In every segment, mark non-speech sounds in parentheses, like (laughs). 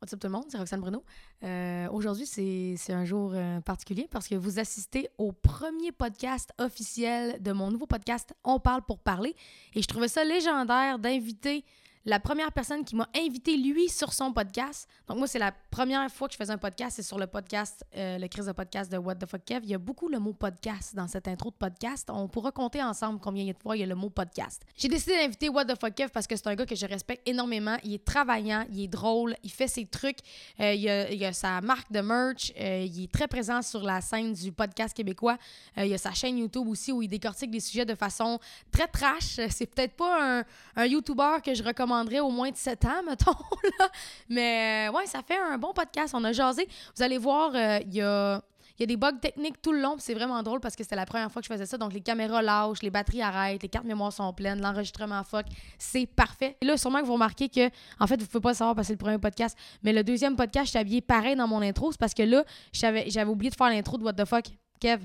What's up tout le monde, c'est Roxane Bruno. Euh, Aujourd'hui, c'est c'est un jour euh, particulier parce que vous assistez au premier podcast officiel de mon nouveau podcast On parle pour parler. Et je trouvais ça légendaire d'inviter la première personne qui m'a invité, lui, sur son podcast. Donc moi, c'est la première fois que je faisais un podcast. C'est sur le podcast, euh, le crise de podcast de What the Fuck Kev. Il y a beaucoup le mot podcast dans cette intro de podcast. On pourra compter ensemble combien de fois il y a le mot podcast. J'ai décidé d'inviter What the Fuck Kev parce que c'est un gars que je respecte énormément. Il est travaillant, il est drôle, il fait ses trucs. Euh, il, a, il a sa marque de merch. euh, il est très présent sur la scène du podcast québécois. Euh, il a sa chaîne YouTube aussi où il décortique des sujets de façon très trash. Euh, C'est peut-être pas un, un YouTuber que je recommanderais au moins de 7 ans, (laughs) mettons. Là. Mais euh, ouais, ça fait un bon podcast. On a jasé. Vous allez voir, euh, il y a. Il y a des bugs techniques tout le long, puis c'est vraiment drôle parce que c'était la première fois que je faisais ça. Donc, les caméras lâchent, les batteries arrêtent, les cartes mémoire sont pleines, l'enregistrement fuck. C'est parfait. Et là, sûrement que vous remarquez que, en fait, vous pouvez pas le savoir parce que c'est le premier podcast, mais le deuxième podcast, je suis habillée pareil dans mon intro. C'est parce que là, j'avais j'avais oublié de faire l'intro de What the fuck, Kev.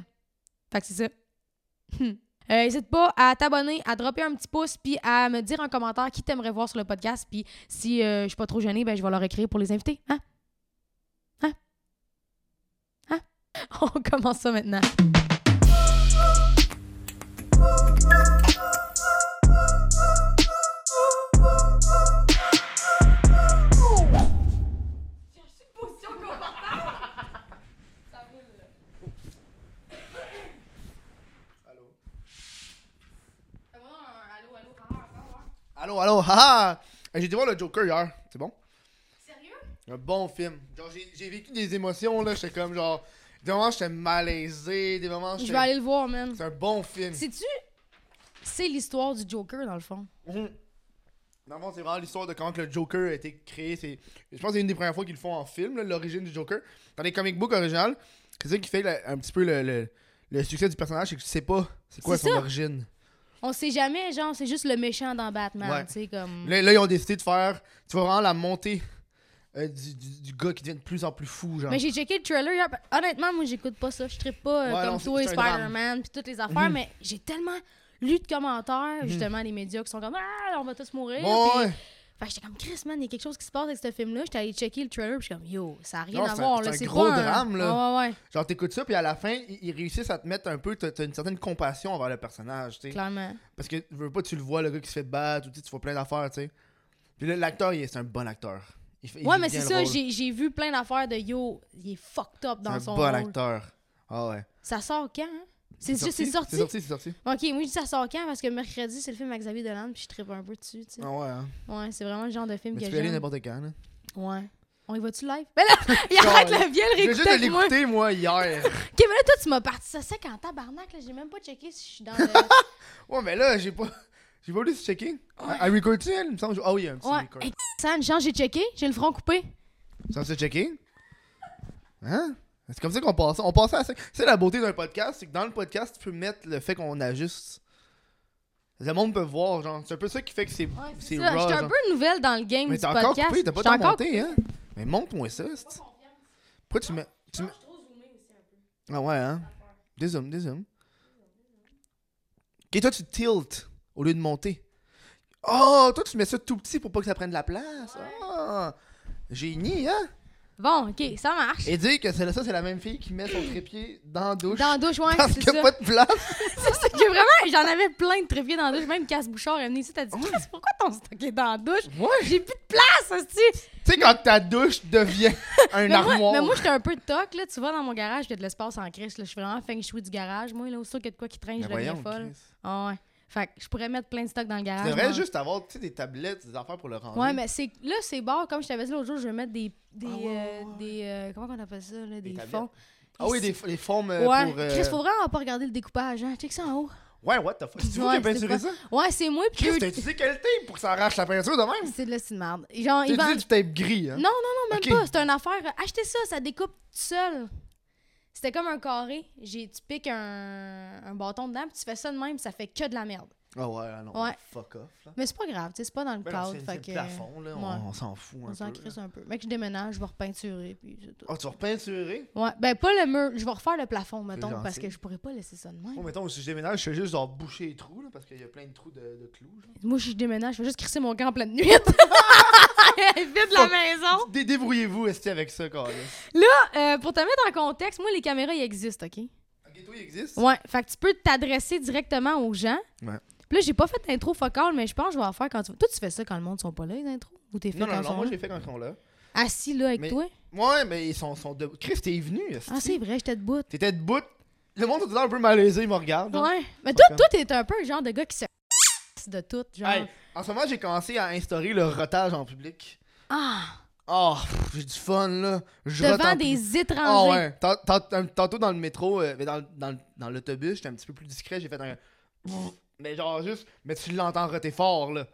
Fait que c'est ça. (laughs) Euh, N'hésite pas à t'abonner, à dropper un petit pouce, puis à me dire en commentaire qui t'aimerais voir sur le podcast. Puis si euh, je suis pas trop gênée, ben, je vais leur écrire pour les inviter. Hein? Hein? Hein? (laughs) On commence ça maintenant. Allô? Allô, (laughs) allô, haha! Hey, J'ai été voir le Joker hier, c'est bon? Un bon film. Genre, j'ai- j'ai vécu des émotions, là, j'étais comme genre. Des moments, j'étais malaisé, des moments, Je vais j'étais. aller le voir, man. C'est un bon film. Sais-tu? C'est l'histoire du Joker, dans le fond. Mhm. Dans le fond, c'est vraiment l'histoire de comment que le Joker a été créé. C'est- Je pense que c'est une des premières fois qu'ils le font en film, là, l'origine du Joker. Dans les comic books originales, c'est ça qui fait la- un petit peu le, le- le succès du personnage, c'est que tu sais pas c'est quoi C'est son ça. origine. On sait jamais, genre, c'est juste le méchant dans Batman, Ouais. tu sais, comme... Là, là, ils ont décidé de faire. Tu vois vraiment la montée euh, du, du- du gars qui devient de plus en plus fou, genre. Mais j'ai checké le trailer hier. pa- Honnêtement, moi, j'écoute pas ça. Je trippe pas euh, Ouais, comme non, c'est- toi et c'est un drame. Mhm. Spider-Man puis toutes les affaires, mais j'ai tellement lu de commentaires, justement, des médias qui sont comme « Ah, on va tous mourir! Bon, Puis- Mhm. ouais. Fait que j'étais comme « Chris, man, il y a quelque chose qui se passe avec ce film-là. » J'étais allé checker le trailer puis j'étais comme « Yo, ça a rien Non, à c'est un- voir. c'est là, un C'est gros pas drame, là. Ouais, ouais, Genre, t'écoutes ça, puis à la fin, ils, ils réussissent à te mettre un peu. T'as t'as une certaine compassion envers le personnage, tu sais. clairement. Parce que tu veux pas, tu le vois, le gars qui se fait battre, ou tu sais, tu vois plein d'affaires, tu sais. Puis là, l'acteur, il est c'est un bon acteur. Il fait- il Ouais, joue mais bien c'est le ça, rôle. j'ai j'ai vu plein d'affaires de « Yo, il est fucked up C'est dans un son bon rôle. acteur. Ah ouais. Ça sort quand, hein? C'est juste, c'est sorti? C'est sorti, c'est sorti. Ok, moi, je dis ça sort quand parce que mercredi, c'est le film avec Xavier Dolan puis je trippe un peu dessus, tu sais. Ah ouais, hein. Ouais, c'est vraiment le genre de film Mais que tu peux y aller j'aime. n'importe quand, là. Ouais. On y va-tu live? Mais là, (laughs) il arrête le vieux, le J'ai réécouter juste avec moi. Ok, l'écouter, (laughs) moi, hier. mais là, toi, tu m'as parti ça sec en tabarnak. là. J'ai même pas checké si je suis dans (laughs) le... Ouais, mais là, j'ai pas. J'ai pas voulu se checker. À à record tu elle, il me semble. Ah oui, il y a un petit ouais. record. Hey, ça, une chance, j'ai checké. J'ai le front coupé. Ça se checker? Hein? C'est comme ça qu'on passe. On passait à ça. C'est la beauté d'un podcast, c'est que dans le podcast, tu peux mettre le fait qu'on ajuste. Le monde peut voir, genre. C'est un peu ça qui fait que c'est Ouais, c'est c'est ça. raw. J'étais un genre. peu nouvelle dans le game Mais du t'as encore podcast. coupé, t'as pas J'étais tant encore monté, hein? Mais montre-moi ça. c'est- Pourquoi tu mets. Tu mets... Ah ouais, hein? Désolé, désolé. Ok, toi, tu tiltes au lieu de monter. Oh, toi, tu mets ça tout petit pour pas que ça prenne de la place. Ah! Génie, hein? Bon, OK, ça marche. Et dire que celle-là, ça, c'est la même fille qui met son trépied dans la douche. Dans la douche, ouais, (laughs) parce c'est qu'il n'y ça. a pas de place. (laughs) C'est ça que vraiment, j'en avais plein de trépieds dans la douche. Même Casse Bouchard est venu ici, t'as Oh. dit « Chris, pourquoi ton stock est dans la douche? J'ai plus de place, hostie! » tu sais, quand ta douche (laughs) devient un Mais armoire. moi, mais moi, j'étais un peu toc, là. Tu vois, dans mon garage, il y a de l'espace en crise. là. Je suis vraiment feng shui du garage. Moi, là, aussitôt qu'il y a de quoi qui traîne, Mais je deviens voyons, folle. Chris. Ah ouais. Fait que je pourrais mettre plein de stocks dans le garage. Tu devrais moi. juste avoir tu sais, des tablettes, des affaires pour le ranger. Ouais, mais c'est là, c'est barre. Comme je t'avais dit l'autre jour, je vais mettre des. des, Ah ouais, ouais, euh, des euh, comment on appelle ça, là, Des, tablettes. fonds. Ah oui, des, les formes euh, Ouais. pour. euh, Chris, faut vraiment pas regarder le découpage, hein. Check ça en haut. Ouais, what the fuck. C'est vous qui Ouais, avez peinturé c'est ça? Ouais, c'est moi, puis Chris, eux- t'as utilisé quel tape pour que ça arrache la peinture de même? (laughs) C'est de la c'est de merde. Genre, T'as ils vendent. utilisé du tape gris, hein? Non, non, non, même Ok. pas. C'est une affaire. Achetez ça, ça découpe tout seul. C'était comme un carré. J'ai, tu piques un, un bâton dedans, puis tu fais ça de même, ça fait que de la merde. Ah ouais, ah non. Ouais. Fuck off, là. Mais c'est pas grave, tu sais, c'est pas dans le Ben non, cloud. c'est- fait c'est le que- plafond, là. on- ouais. On s'en fout On un s'en peu. crisse un peu. Mec, je déménage, je vais repeinturer, puis c'est tout. Ah, tu vas repeinturer? Ouais, ben pas le mur, je vais refaire le plafond, mettons, gentil. parce que je pourrais pas laisser ça de même. Oh, mettons, si je déménage, je fais juste genre boucher les trous, là, parce qu'il y a plein de trous de, de clous, genre. (laughs) Moi, si je déménage, je vais juste crisser mon camp en pleine nuit. vide la maison. Dé- Débrouillez-vous, esti, avec ça, Carlis. Euh, pour te mettre en contexte, moi, les caméras, ils existent, OK? Ok, toi, il existe. Ouais, fait que tu peux t'adresser directement aux gens. Ouais. Puis là, j'ai pas fait d'intro focale, mais je pense que je vais en faire quand tu... Toi, tu fais ça quand le monde sont pas là, les intros? Ou t'es fait Non, quand non, ils sont non, moi, là? j'ai fait quand ils sont là. Assis là avec Mais- toi? Ouais, mais ils sont, sont de. Chris, t'es venu, esti. Ah, c'est vrai, j'étais debout. T'étais debout. Le monde, tout le temps, un peu malaisé, il me regarde. genre. Ouais. Mais toi, Fuck toi, t'es un peu le genre de gars qui se (laughs) de tout, genre... Hey, en ce moment, j'ai commencé à instaurer le rotage en public. Ah! Oh, pff, j'ai du fun, là. Je rote en Devant public. des Ah étrangers. ouais. Tant- tant- un- Tantôt dans le métro, euh, mais dans, dans, dans l'autobus, j'étais un petit peu plus discret, j'ai fait un. Ah, Mais genre juste. Mais tu l'entends roter fort, là.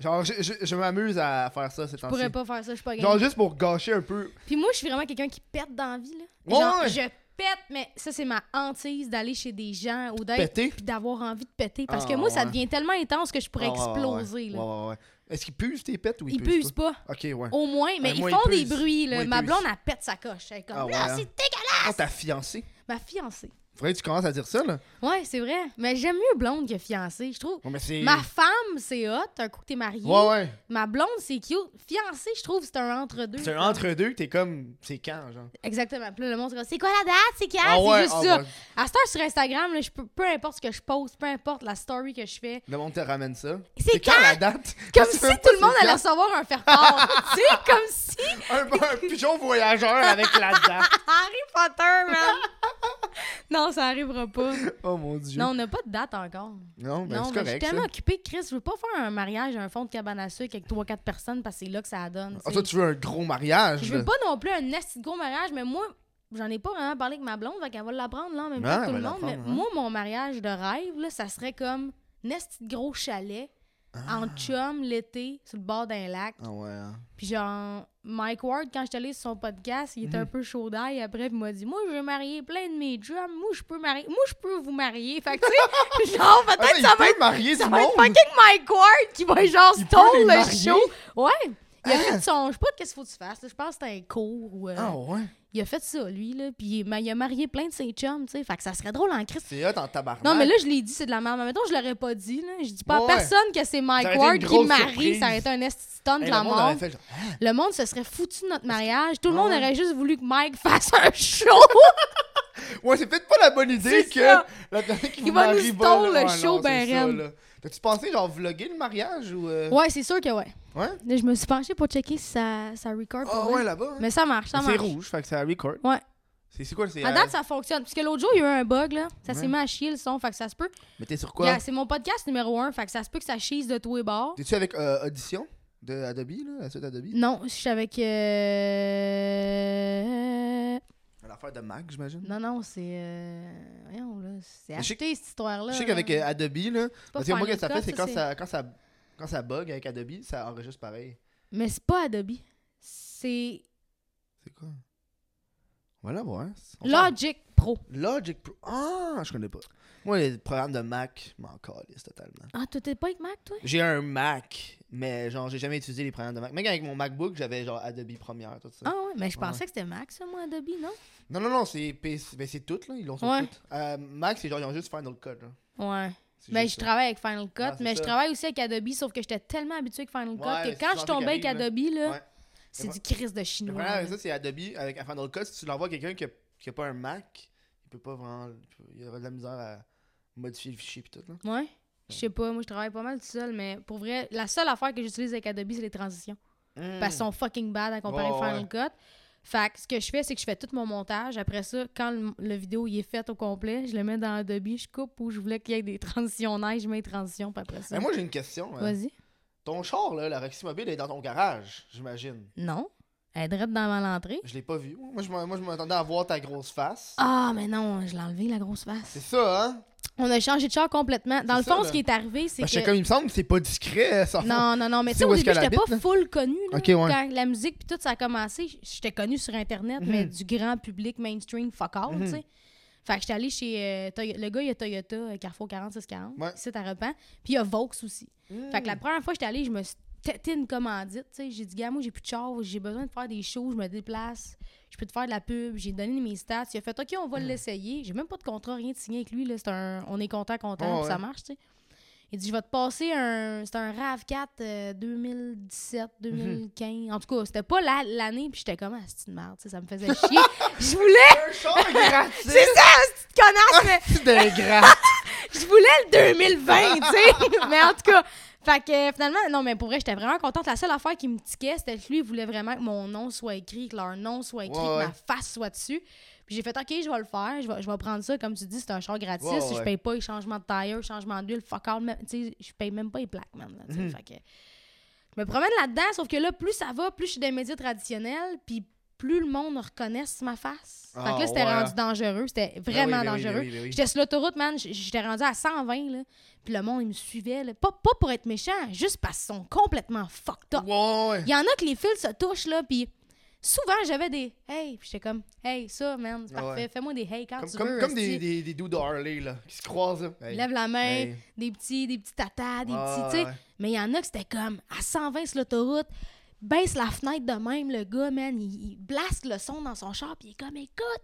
Genre, je, je, je m'amuse à faire ça cette Je temps-ci. pourrais pas faire ça, je suis pas game. Genre juste pour gâcher un peu. Puis moi, je suis vraiment quelqu'un qui pète dans la vie, là. Ouais, Genre, ouais. je pète, mais ça, c'est ma hantise d'aller chez des gens ou d'être... Péter. Puis d'avoir envie de péter. Parce que Ah, moi, ça ouais. devient tellement intense que je pourrais Ah, ouais, ouais, exploser, Ouais, là. ouais, ouais. Est-ce qu'ils puent tes pètes ou ils, Ils puent pas? pas. Ok, ouais. Au moins, mais Ouais, ils moi, font ils des puissent. bruits, là. Moi, ils Ma puissent. blonde, elle pète sa coche. Elle est comme, Ah, là, ouais, c'est hein. dégueulasse! Oh, ta fiancée. Ma fiancée. Faudrait que tu commences à dire ça, là. Ouais, c'est vrai. Mais j'aime mieux blonde que fiancée, je trouve. Ouais, mais c'est. Ma femme, c'est hot, un coup que t'es marié. Ouais, ouais. Ma blonde, c'est cute. Fiancée, je trouve, c'est un entre-deux. C'est un entre-deux que t'es comme. C'est quand, genre? Exactement. Puis là, le monde, c'est comme, c'est quoi la date? C'est quand? Ah c'est ouais, juste ah ça. ouais. À cette heure, sur Instagram, là, je peux, peu importe ce que je poste, peu importe la story que je fais, Le monde te ramène ça. C'est quand? quand la date? comme Tu si tout sais même pas le c'est monde allait quand. recevoir un faire-part. (laughs) tu sais, comme si... un, un pigeon voyageur avec (laughs) la date. Harry Potter, (laughs) man! non, ça arrivera pas. Oh mon dieu. Non, on n'a pas de date encore. non, ben, non, c'est mais je suis correct. tellement ça. occupée, Chris. Je veux pas faire un mariage, un fond de cabane à sucre avec 3-4 personnes parce que c'est là que ça donne. Ah, tu toi, sais. tu veux un gros mariage. Je là. veux pas non plus un esti de gros mariage, mais moi, j'en ai pas vraiment parlé avec ma blonde, fait qu'elle va l'apprendre là en même Ouais, temps que tout elle le va monde. Mais l'apprendre, ouais. moi, mon mariage de rêve, là, ça serait comme un esti de gros chalet en chum l'été sur le bord d'un lac. Ah ouais. hein. Puis genre, Mike Ward, quand je suis allée sur son podcast, Mhm. il était un peu chaud d'ail après, puis il m'a dit « Moi, je vais marier plein de mes chums. Moi, je peux marier... Moi, je peux vous marier. » Fait que tu sais, (laughs) genre, Ah, peut-être il Ben, ça va peut être... marier Ça du va monde. être fucking Mike Ward qui va genre Il peut stole les le marier? show. Ouais. Il a fait son... Je sais pas qu'est-ce qu'il faut que tu fasses. là. Je pense que c'était un cours ou... euh, Ah ouais. Il a fait ça, lui, là. Puis il est- mais il a marié plein de ses chums, tu sais. Fait que ça serait drôle en Christ. C'est hot en tabarnak. Non, mais là, je l'ai dit, c'est de la merde. Mais mettons, je l'aurais pas dit, là. Je dis pas Ah, Ouais, à ouais. personne que c'est Ça Mike aurait été Ward une qui grosse marie. Ça aurait surprise. été un esti de stun de Hey, la le monde mort. aurait fait genre, Ah, Le monde se serait foutu de notre mariage. Tout le Ah monde ouais. aurait juste voulu que Mike (laughs) fasse un (laughs) show. Ouais, c'est peut-être pas la bonne idée C'est que ça. la personne qui Il vous va nous marie stole là. le Ouais, show non, c'est ben ça, raide. là. T'as-tu pensé, genre, vlogger le mariage ou. euh, ouais, c'est sûr que ouais. Ouais? Là, je me suis penchée pour checker si ça, ça record. pour Ah vrai. ouais, là-bas. hein. Mais ça marche, ça C'est marche. rouge, fait que ça record. Ouais. C'est c'est quoi, c'est. À euh, date, ça fonctionne. Parce que l'autre jour, il y a eu un bug, là. Ça s'est Ouais. mis à chier le son, fait que ça se peut. Mais t'es sur quoi? Yeah, c'est mon podcast numéro un, fait que ça se peut que ça chise de tous les bords. T'es-tu avec euh, Audition de Adobe, là? La suite Adobe? Non, je suis avec. euh, L'affaire de Mac, j'imagine. Non, non, c'est. euh, Voyons, là. C'est Mais je sais- acheté, cette histoire-là. Je sais qu'avec euh, là. Adobe, là. C'est pas Parce que moi, ce que Final ça fait, Cut, c'est quand c'est- ça, quand, ça, quand ça bug avec Adobe, ça enregistre pareil. Mais c'est pas Adobe. C'est C'est quoi? Voilà, ouais. Logic Pro. Logic Pro. Ah, je connais pas. Moi, les programmes de Mac, je m'en calisse totalement. Ah, toi, t'es pas avec Mac, toi? J'ai un Mac, mais genre, j'ai jamais utilisé les programmes de Mac. Même avec mon MacBook, j'avais genre Adobe Premiere, tout ça. Ah ouais, mais je Ouais. pensais que c'était Mac, ça, moi, Adobe, non? Non, non, non, c'est PC ben, c'est tout, là. Ils l'ont sur Ouais. tout. Euh, Mac, c'est genre, ils ont juste Final Cut, là. Ouais. C'est Mais juste Ben, je ça. travaille avec Final Cut, Ouais, c'est mais je ça. travaille aussi avec Adobe, sauf que j'étais tellement habituée avec Final Cut Ouais, mais que c'est quand souvent je ça tombais avec qui arrive, là. Adobe, là, Ouais. c'est Mais du crise de Le chinois. problème là. avec ça, c'est Adobe, avec à Final Cut, si tu l'envoies à quelqu'un qui a, qui a pas un Mac, il peut pas vraiment. il peut- Il aura de la misère à modifier le fichier pis tout, là. Ouais. Je sais pas, moi je travaille pas mal tout seul, mais pour vrai, la seule affaire que j'utilise avec Adobe, c'est les transitions. Parce qu'ils sont fucking bad à comparer Hmm. Ouais, à Final Cut. Fait que ce que je fais, c'est que je fais tout mon montage. Après ça, quand le, le vidéo il est fait au complet, je le mets dans Adobe, je coupe où je voulais qu'il y ait des transitions neige, je mets les transitions, puis après ça. Mais moi, j'ai une question. hein. Vas-y. Ton char, là, la Roxy Mobile, est dans ton garage, j'imagine. Non. Elle est drette dans l'entrée. Je l'ai pas vu. Moi, je m'en- moi, je m'attendais à voir ta grosse face. Ah, mais non, je l'ai enlevé, la grosse C'est face. ça, hein? On a changé de char complètement. Dans C'est le ça, fond, là. ce qui est arrivé, c'est Parce que que. comme il me semble que c'est pas discret, ça. Non, non, non, mais Tu tu sais, sais où au est-ce début, qu'elle j'étais pas habite, là? full connue. Là, Ok, ouais. Mhm. Quand la musique puis tout, ça a commencé, j- j'étais connue sur Internet, mais du grand public mainstream, fuck all, tu sais. Fait que j'étais allée chez. euh, Toyo- le gars, il y a Toyota, euh, Carrefour 4640, Ouais. Mhm. c'est à Repent. Puis il y a Vaux aussi. Fait que la première fois que j'étais allée, je me suis têté une commandite, tu sais. J'ai dit, gars, moi, j'ai plus de char, j'ai besoin de faire des shows, je me déplace, je peux te faire de la pub, j'ai donné mes stats. Il a fait, Mhm. OK, on va l'essayer. J'ai même pas de contrat, rien de signé avec lui, là. C'est un. On est content, content, Ouais, puis ça ouais. marche, tu sais. Il dit Je vais te passer un. C'était un RAV4 euh, 2017, 2015. En tout cas, c'était pas la- l'année, puis j'étais comme Ah, c'est une merde, tu sais, ça me faisait chier. (laughs) je voulais. Un char gratuit! C'est ça, c'est une (laughs) connasse, mais C'est de gratuit! (laughs) je voulais le 2020, tu sais. (laughs) mais en tout cas, fait que euh, finalement, non, mais pour vrai, j'étais vraiment contente. La seule affaire qui me tiquait, c'était que lui, il voulait vraiment que mon nom soit écrit, que leur nom soit écrit, Ouais, que ouais. ma face soit dessus. Puis j'ai fait, OK, je vais le faire, je vais, je vais prendre ça. Comme tu dis, c'est un char gratis. Ouais, Je ouais. paye pas les changements de tailleur, changement d'huile, fuck all. même- Tu sais, je paye même pas les plaques, man. là, tu sais. Hmm. Fait que je me promène là-dedans, sauf que là, plus ça va, plus je suis des médias traditionnels, puis plus le monde reconnaisse ma face. Fait que Ah, là, c'était ouais. rendu dangereux. C'était oui, vraiment ben oui, ben dangereux. oui, ben oui. J'étais sur l'autoroute, man. j- J'étais rendu à 120, là. Puis le monde, il me suivait, là. Pas, pas pour être méchant, juste parce qu'ils sont complètement fucked up. Ouais, Il y en a que les fils se touchent, là, puis souvent, j'avais des « hey », puis j'étais comme « hey, ça, man, c'est Ouais, parfait, Ah ouais. fais-moi des « hey » quand Comme, tu comme, veux. comme des, esti. des, des dudes Harley, là, qui se croisent, là. Hey. Lève la main, Hey. des petits, des petits tatas, des Ouais, petits, ouais, tu sais. ouais. Mais il y en a que c'était comme à 120 sur l'autoroute, baisse la fenêtre de même, le gars, man, il, il blaste le son dans son char, puis il est comme, écoute,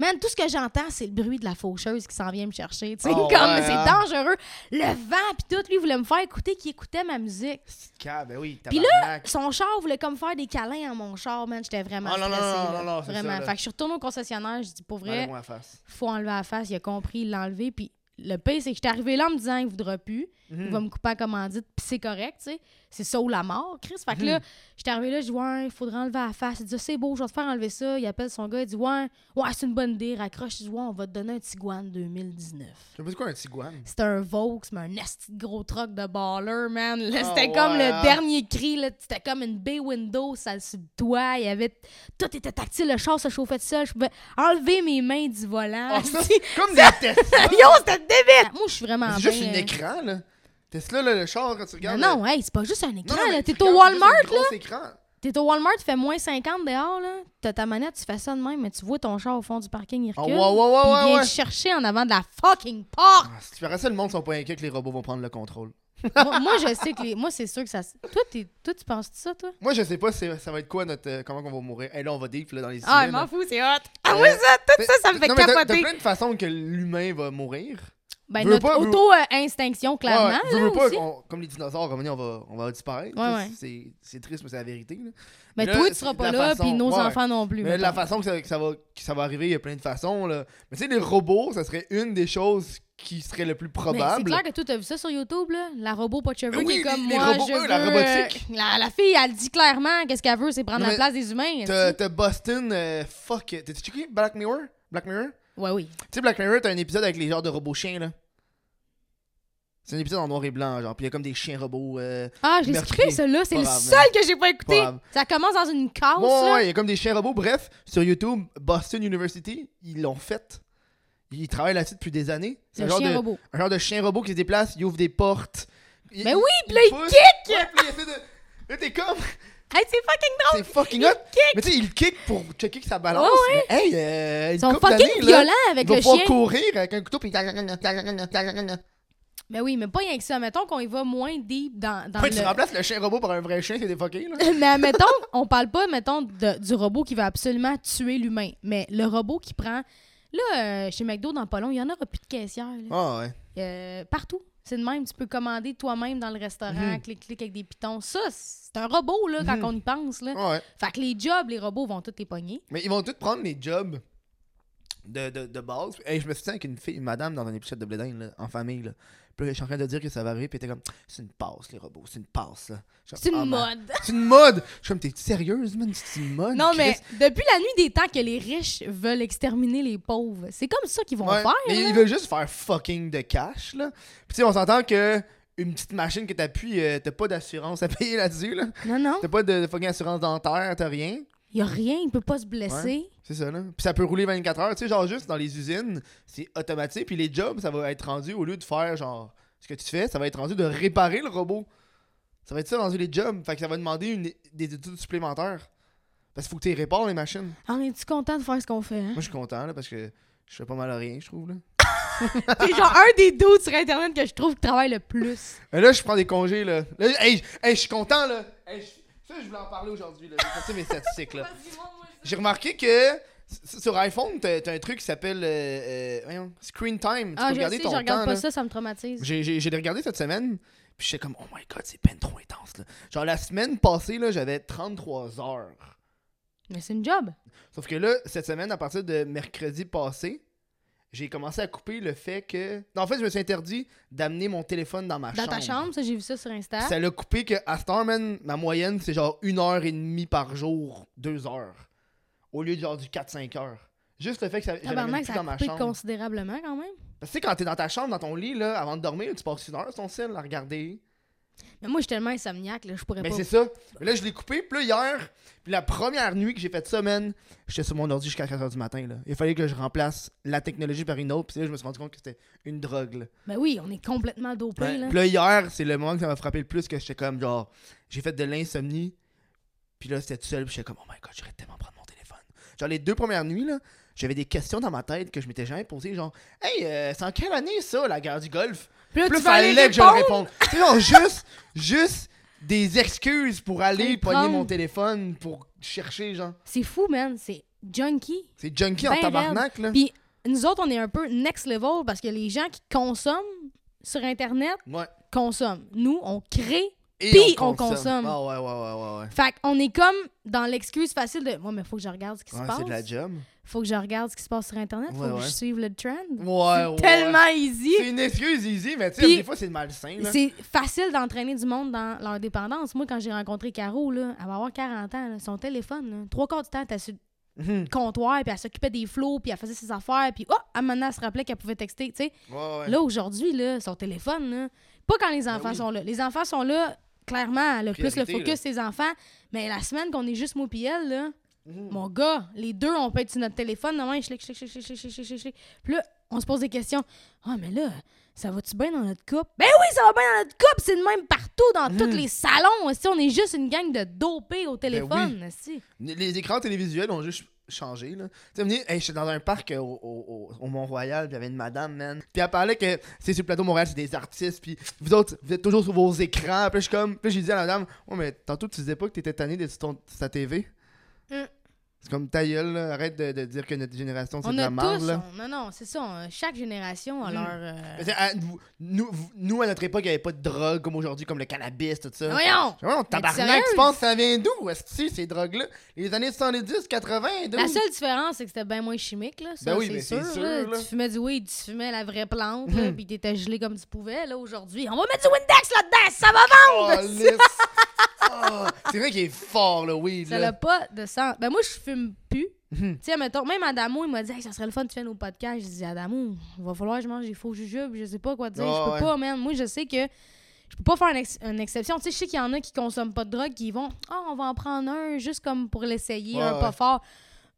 man, tout ce que j'entends, c'est le bruit de la faucheuse qui s'en vient me chercher, tu sais, Oh, (laughs) comme, ouais, c'est hein? dangereux. Le vent, puis tout, lui, il voulait me faire écouter qu'il écoutait ma musique. C'est calme, ben oui, Puis tabarnak. Son char voulait comme faire des câlins à mon char, man, j'étais vraiment Ah, non, non, stressée, non, là. non, non, c'est vraiment. ça, là. fait que je suis retournée au concessionnaire, je dis, pour vrai, Enlève-moi la face. faut enlever la face, il a compris, il l'a enlevé, puis le pire, c'est que j'étais arrivée là en me disant, il voudra plus. Il va me couper en commandite, puis c'est correct, tu sais. C'est ça ou la mort, Chris. Fait que là, j'étais arrivée là, je dis, ouais, il faudra enlever la face. Il dit, c'est beau, je vais te faire enlever ça. Il appelle son gars, il dit, ouais, ouais, c'est une bonne idée, raccroche, il dit, ouais, on va te donner un Tiguan 2019. Je sais pas c'est quoi un tiguan. C'était un Vaux, mais un esti de gros truck de baller, man. Là, Ah c'était comme ouais, le hein? dernier cri, là. C'était comme une bay window, ça sur le toit. Il y avait. Tout était tactile, le char se chauffait tout seul. Je pouvais enlever mes mains du volant. Ah, ça, esti. (laughs) c'est comme des Tesla. Yo, c'était débile! Moi, je suis vraiment C'est juste bien, un euh, écran, là. Tesla, là, le char, quand tu Non, regardes. non, hey, c'est pas juste un écran, là. T'es tu au regardes, c'est juste Walmart, un là. gros écran. T'es au Walmart, tu fais moins 50 dehors, là. T'as ta manette, tu fais ça de même, mais tu vois ton char au fond du parking, il Ah, recule. ouais, ouais, ouais, puis il ouais, vient ouais. te chercher en avant de la fucking porte! Ah, Si tu verrais ça, le monde sont pas inquiets que les robots vont prendre le contrôle. moi, moi, je sais que les... Moi, c'est sûr que ça... se- Toi, t'es- toi tu penses ça, toi? Moi, je sais pas c'est- ça va être quoi notre. euh, comment qu'on va mourir. Et là, on va deep là, dans les Ah, sujets, je m'en là. fous, c'est hot! Ah Euh, oui, ça, tout Mais- ça, ça me fait non, mais t'as- capoter! T'as plein de façons que l'humain va mourir. Ben, veux notre pas, veux- auto-instinction, clairement, Ouais, veux, là, veux pas, aussi. on- comme les dinosaures, à un moment donné, on va, on va disparaître. Ouais, là, ouais. C'est c'est triste, mais c'est la vérité. là. Mais là, toi, tu c'est seras de pas la là, façon- puis nos ouais, ouais. enfants non plus. Mais de la mettons. façon que ça, que ça va, que ça va arriver, il y a plein de façons. Là. Mais tu sais, les robots, ça serait une des choses qui serait le plus Mais c'est probable. clair que toi, t'as vu ça sur YouTube, là? La robot pas de cheveux Ben qui est oui, comme les- les moi, robots, je eux, veux... la robotique. euh, La, la fille, elle dit clairement qu'est-ce qu'elle veut, c'est prendre Non, la mais place des humains. T'as est-ce t'as Boston, euh, fuck. T'as-tu checké Black Mirror? Black Mirror? que- Ouais, oui. Tu sais, Black Mirror, t'as un épisode avec les genres de robots chiens, là. C'est un épisode en noir et blanc, genre. Puis il y a comme des chiens robots. euh, Ah, je l'ai Meurtrier. scrupé, celui-là. C'est Pas le grave, seul que j'ai pas écouté. Pas grave. Ça commence dans une case, Ouais, ouais, là. ouais, il y a comme des chiens robots. Bref, sur YouTube, Boston University, ils l'ont fait. Ils travaillent là-dessus depuis des années. C'est Le un, genre chien de- robot. un genre de chien robot qui se déplace, il ouvre des portes. Il- Mais oui, puis là, il pousse. kick! Ah Ouais, puis il essaie de- Là, t'es comme. Hey, c'est fucking drôle. C'est fucking hot. Mais tu sais, il kick pour checker que ça balance. Ouais, Mais, hey, euh, une Ils sont couple fucking d'années, là, violents avec il va le pouvoir chien. courir avec un couteau puis. Après, Mais oui, mais pas rien que ça. Mettons qu'on y va moins deep dans, (laughs) dans tu le... remplaces le chien robot par un vrai chien, c'est des fucking, (laughs) là. mais mettons, on parle pas, mettons, de- du robot qui va absolument tuer l'humain. Mais le robot qui prend... Là, euh, chez McDo, dans pas long, il y en aura plus de caissière. là. Ah ouais. Euh, partout. C'est de même, tu peux commander toi-même dans le restaurant, Mhm. clic-clic avec des pitons. Ça, c'est un robot, là, quand Mhm. on y pense, là. Ouais. Fait que les jobs, les robots vont tous les pogner. Mais ils vont tous prendre les jobs de, de, de base. Hey, je me souviens avec une fille, une madame dans un épisode de Bledin, là, en famille. Là. Puis là, je suis en train de dire que ça va arriver, puis elle était comme c'est une passe, les robots, c'est une passe. là. Je suis C'est comme, une Ah, man. (laughs) mode. C'est une mode. Je suis comme t'es sérieuse, man, c'est une mode. Non, Chris? mais depuis la nuit des temps que les riches veulent exterminer les pauvres, c'est comme ça qu'ils vont Ouais, faire. Mais là. ils veulent juste faire fucking de cash, là. Puis tu sais, on s'entend que une petite machine que t'appuies, euh, t'as pas d'assurance à (laughs) payer là-dessus, là. Non, non, T'as pas de, de fucking assurance dentaire, t'as rien. il n'y a rien, il peut pas se blesser. C'est ça, là. Puis ça peut rouler 24 heures. Tu sais, genre, juste dans les usines, c'est automatique. Puis les jobs, ça va être rendu, au lieu de faire, genre, ce que tu fais, ça va être rendu de réparer le robot. Ça va être ça, rendu les jobs. Fait que ça va demander une- des études supplémentaires. Parce qu'il faut que tu répares les machines. Ah, On est-tu content de faire ce qu'on fait? hein? Moi, je suis content, là, parce que je fais pas mal à rien, je trouve, là. c'est genre un des deux sur Internet que je trouve qui travaille le plus. Mais Euh, là, je prends des congés, là. Là, hey, je- hey, je suis content, là. Hey, je- ça, je voulais en parler aujourd'hui, là. J'ai sorti mes statistiques, là. J'ai remarqué que s- Sur iPhone, t'as t'as un truc qui s'appelle euh, euh, voyons, Screen Time. Tu Ah, je peux regarder sais, je ton regarde temps. pas là. ça, ça me traumatise. J'ai- J'ai j'ai regardé cette semaine, puis j'étais comme, oh my god, c'est peine trop intense. Là. Genre, la semaine passée, là, j'avais 33 heures. Mais c'est une job. Sauf que là, cette semaine, à partir de mercredi passé, j'ai commencé à couper le fait que. Non, en fait, je me suis interdit d'amener mon téléphone dans ma Dans ta chambre, hein? ça, j'ai vu ça sur Insta. Puis Ça l'a coupé que à Starman, ma moyenne, c'est genre une heure et demie par jour, deux heures. Au lieu de genre du 4-5 heures. Juste le fait que ça, j'avais même Tabarnak, plus ça dans a ma coupé chambre. considérablement quand même. Parce que tu sais, quand t'es dans ta chambre, dans ton lit, là, avant de dormir, tu passes une heure sur ton cell à regarder. Mais moi, je suis tellement insomniaque, là, je pourrais Mais pas. c'est ça. Mais là, je l'ai coupé. Puis là, hier, puis la première nuit que j'ai fait semaine, j'étais sur mon ordi jusqu'à 4h du matin. Là. Il fallait que je remplace la technologie par une autre. Puis là, je me suis rendu compte que c'était une drogue. Là. Ben oui, on est complètement dopé, Ouais. là. Puis là, hier, c'est le moment que ça m'a frappé le plus que j'étais comme genre, j'ai fait de l'insomnie. Puis là, c'était tout seul. Puis j'étais comme, oh my god, j'aurais tellement prendre mon téléphone. Genre, les deux premières nuits, là, j'avais des questions dans ma tête que je m'étais jamais posées. Genre, hey, euh, c'est en quelle année ça, la guerre du Golfe Puis là, Plus tu vas aller fallait que je répondre. réponde. tu sais, genre, juste, juste des excuses pour aller Aller pogner prendre. mon téléphone, pour chercher, genre. C'est fou, man. C'est junkie. C'est junkie en Ben tabarnak, là. Puis nous autres, on est un peu next level parce que les gens qui consomment sur Internet Ouais. consomment. Nous, on crée. Et Puis on consomme. Ah ouais, ouais, ouais, ouais. ouais. Fait qu'on est comme dans l'excuse facile de moi, mais faut que je regarde ce qui se Ouais, passe. c'est de la job. Faut que je regarde ce qui se passe sur Internet. Faut Ouais, que ouais. je suive le trend. Ouais, ouais. Tellement easy. C'est une excuse easy, mais tu sais, Puis- des fois, c'est malsain. Là. C'est facile d'entraîner du monde dans leur dépendance. Moi, quand j'ai rencontré Caro, là, elle va avoir 40 ans, là, son téléphone, là, trois quarts du temps, elle était sur le Mhm. comptoir, puis elle s'occupait des flots, puis elle faisait ses affaires, puis oh, à un moment donné, elle se rappelait qu'elle pouvait texter. tu sais. (laughs) Ouais, ouais. Ben Là, aujourd'hui, là, son téléphone, là, pas quand les enfants oui. sont là. Les enfants sont là, clairement, le plus le Priorité, focus là. des enfants, mais la semaine qu'on est juste moi puis elle, là, Mhm. mon gars, les deux, on peut être sur notre téléphone, demain, chlic, chlic, chlic, chlic, chlic, chlic, chlic, chlic, chlic. Puis là, on se pose des questions. Ah, mais là, ça va-tu bien dans notre couple? Ben oui, ça va bien dans notre couple! C'est le même partout, Mhm. dans tous les salons. aussi. on est juste une gang de dopés Ben au téléphone. aussi. Les écrans télévisuels ont juste changé. Là. Tu sais, venez, hey, j'étais dans un parc euh, au, au- au- au Mont-Royal, puis il y avait une madame, man. Puis elle parlait que, c'est sur le plateau Montréal, c'est des artistes, puis vous autres, vous êtes toujours sur vos écrans. Puis là, je suis comme, puis là, j'ai dit à la madame, oh, mais tantôt, tu disais pas que t'étais tanné de sur ton- sur ta TV. Mm. C'est comme ta gueule, là. arrête de, de dire que notre génération, c'est On de a la merde, tous. hein. là. on- non, non, c'est ça. on- chaque génération a Mhm. leur. euh, Mais tu sais, à- vous- nous, vous- nous, à notre époque, il n'y avait pas de drogue comme aujourd'hui, comme le cannabis, tout ça. Voyons! Vraiment, tabarnak, sérieuse? tu penses que ça vient d'où, est-ce ces drogues-là? Les années 70, 80, d'où? La seule différence, c'est que c'était bien moins chimique, là. Ça, Ben oui, c'est mais sûr. c'est là. sûr, là. Hmm. Tu fumais du weed, tu fumais la vraie plante, là, puis t'étais gelé comme tu pouvais, là, aujourd'hui. On va mettre du Windex là-dedans, ça va Oh, vendre! lisse. Ah, c'est vrai qu'il est fort, le weed, ça là. n'a pas de sens. Ben moi, je fume plus. Mhm. Tu sais, mettons, même Adamo, il m'a dit, Hey, ça serait le fun de faire nos podcasts. Je dis, Adamo, il va falloir que je mange des faux jujubes, je sais pas quoi dire. Ouais, je peux Ah, ouais. pas, man. Moi, je sais que je peux pas faire une, ex- une exception. Tu sais, je sais qu'il y en a qui consomment pas de drogue, qui vont, ah, on va en prendre un juste comme pour l'essayer, Ouais, un ouais. pas fort.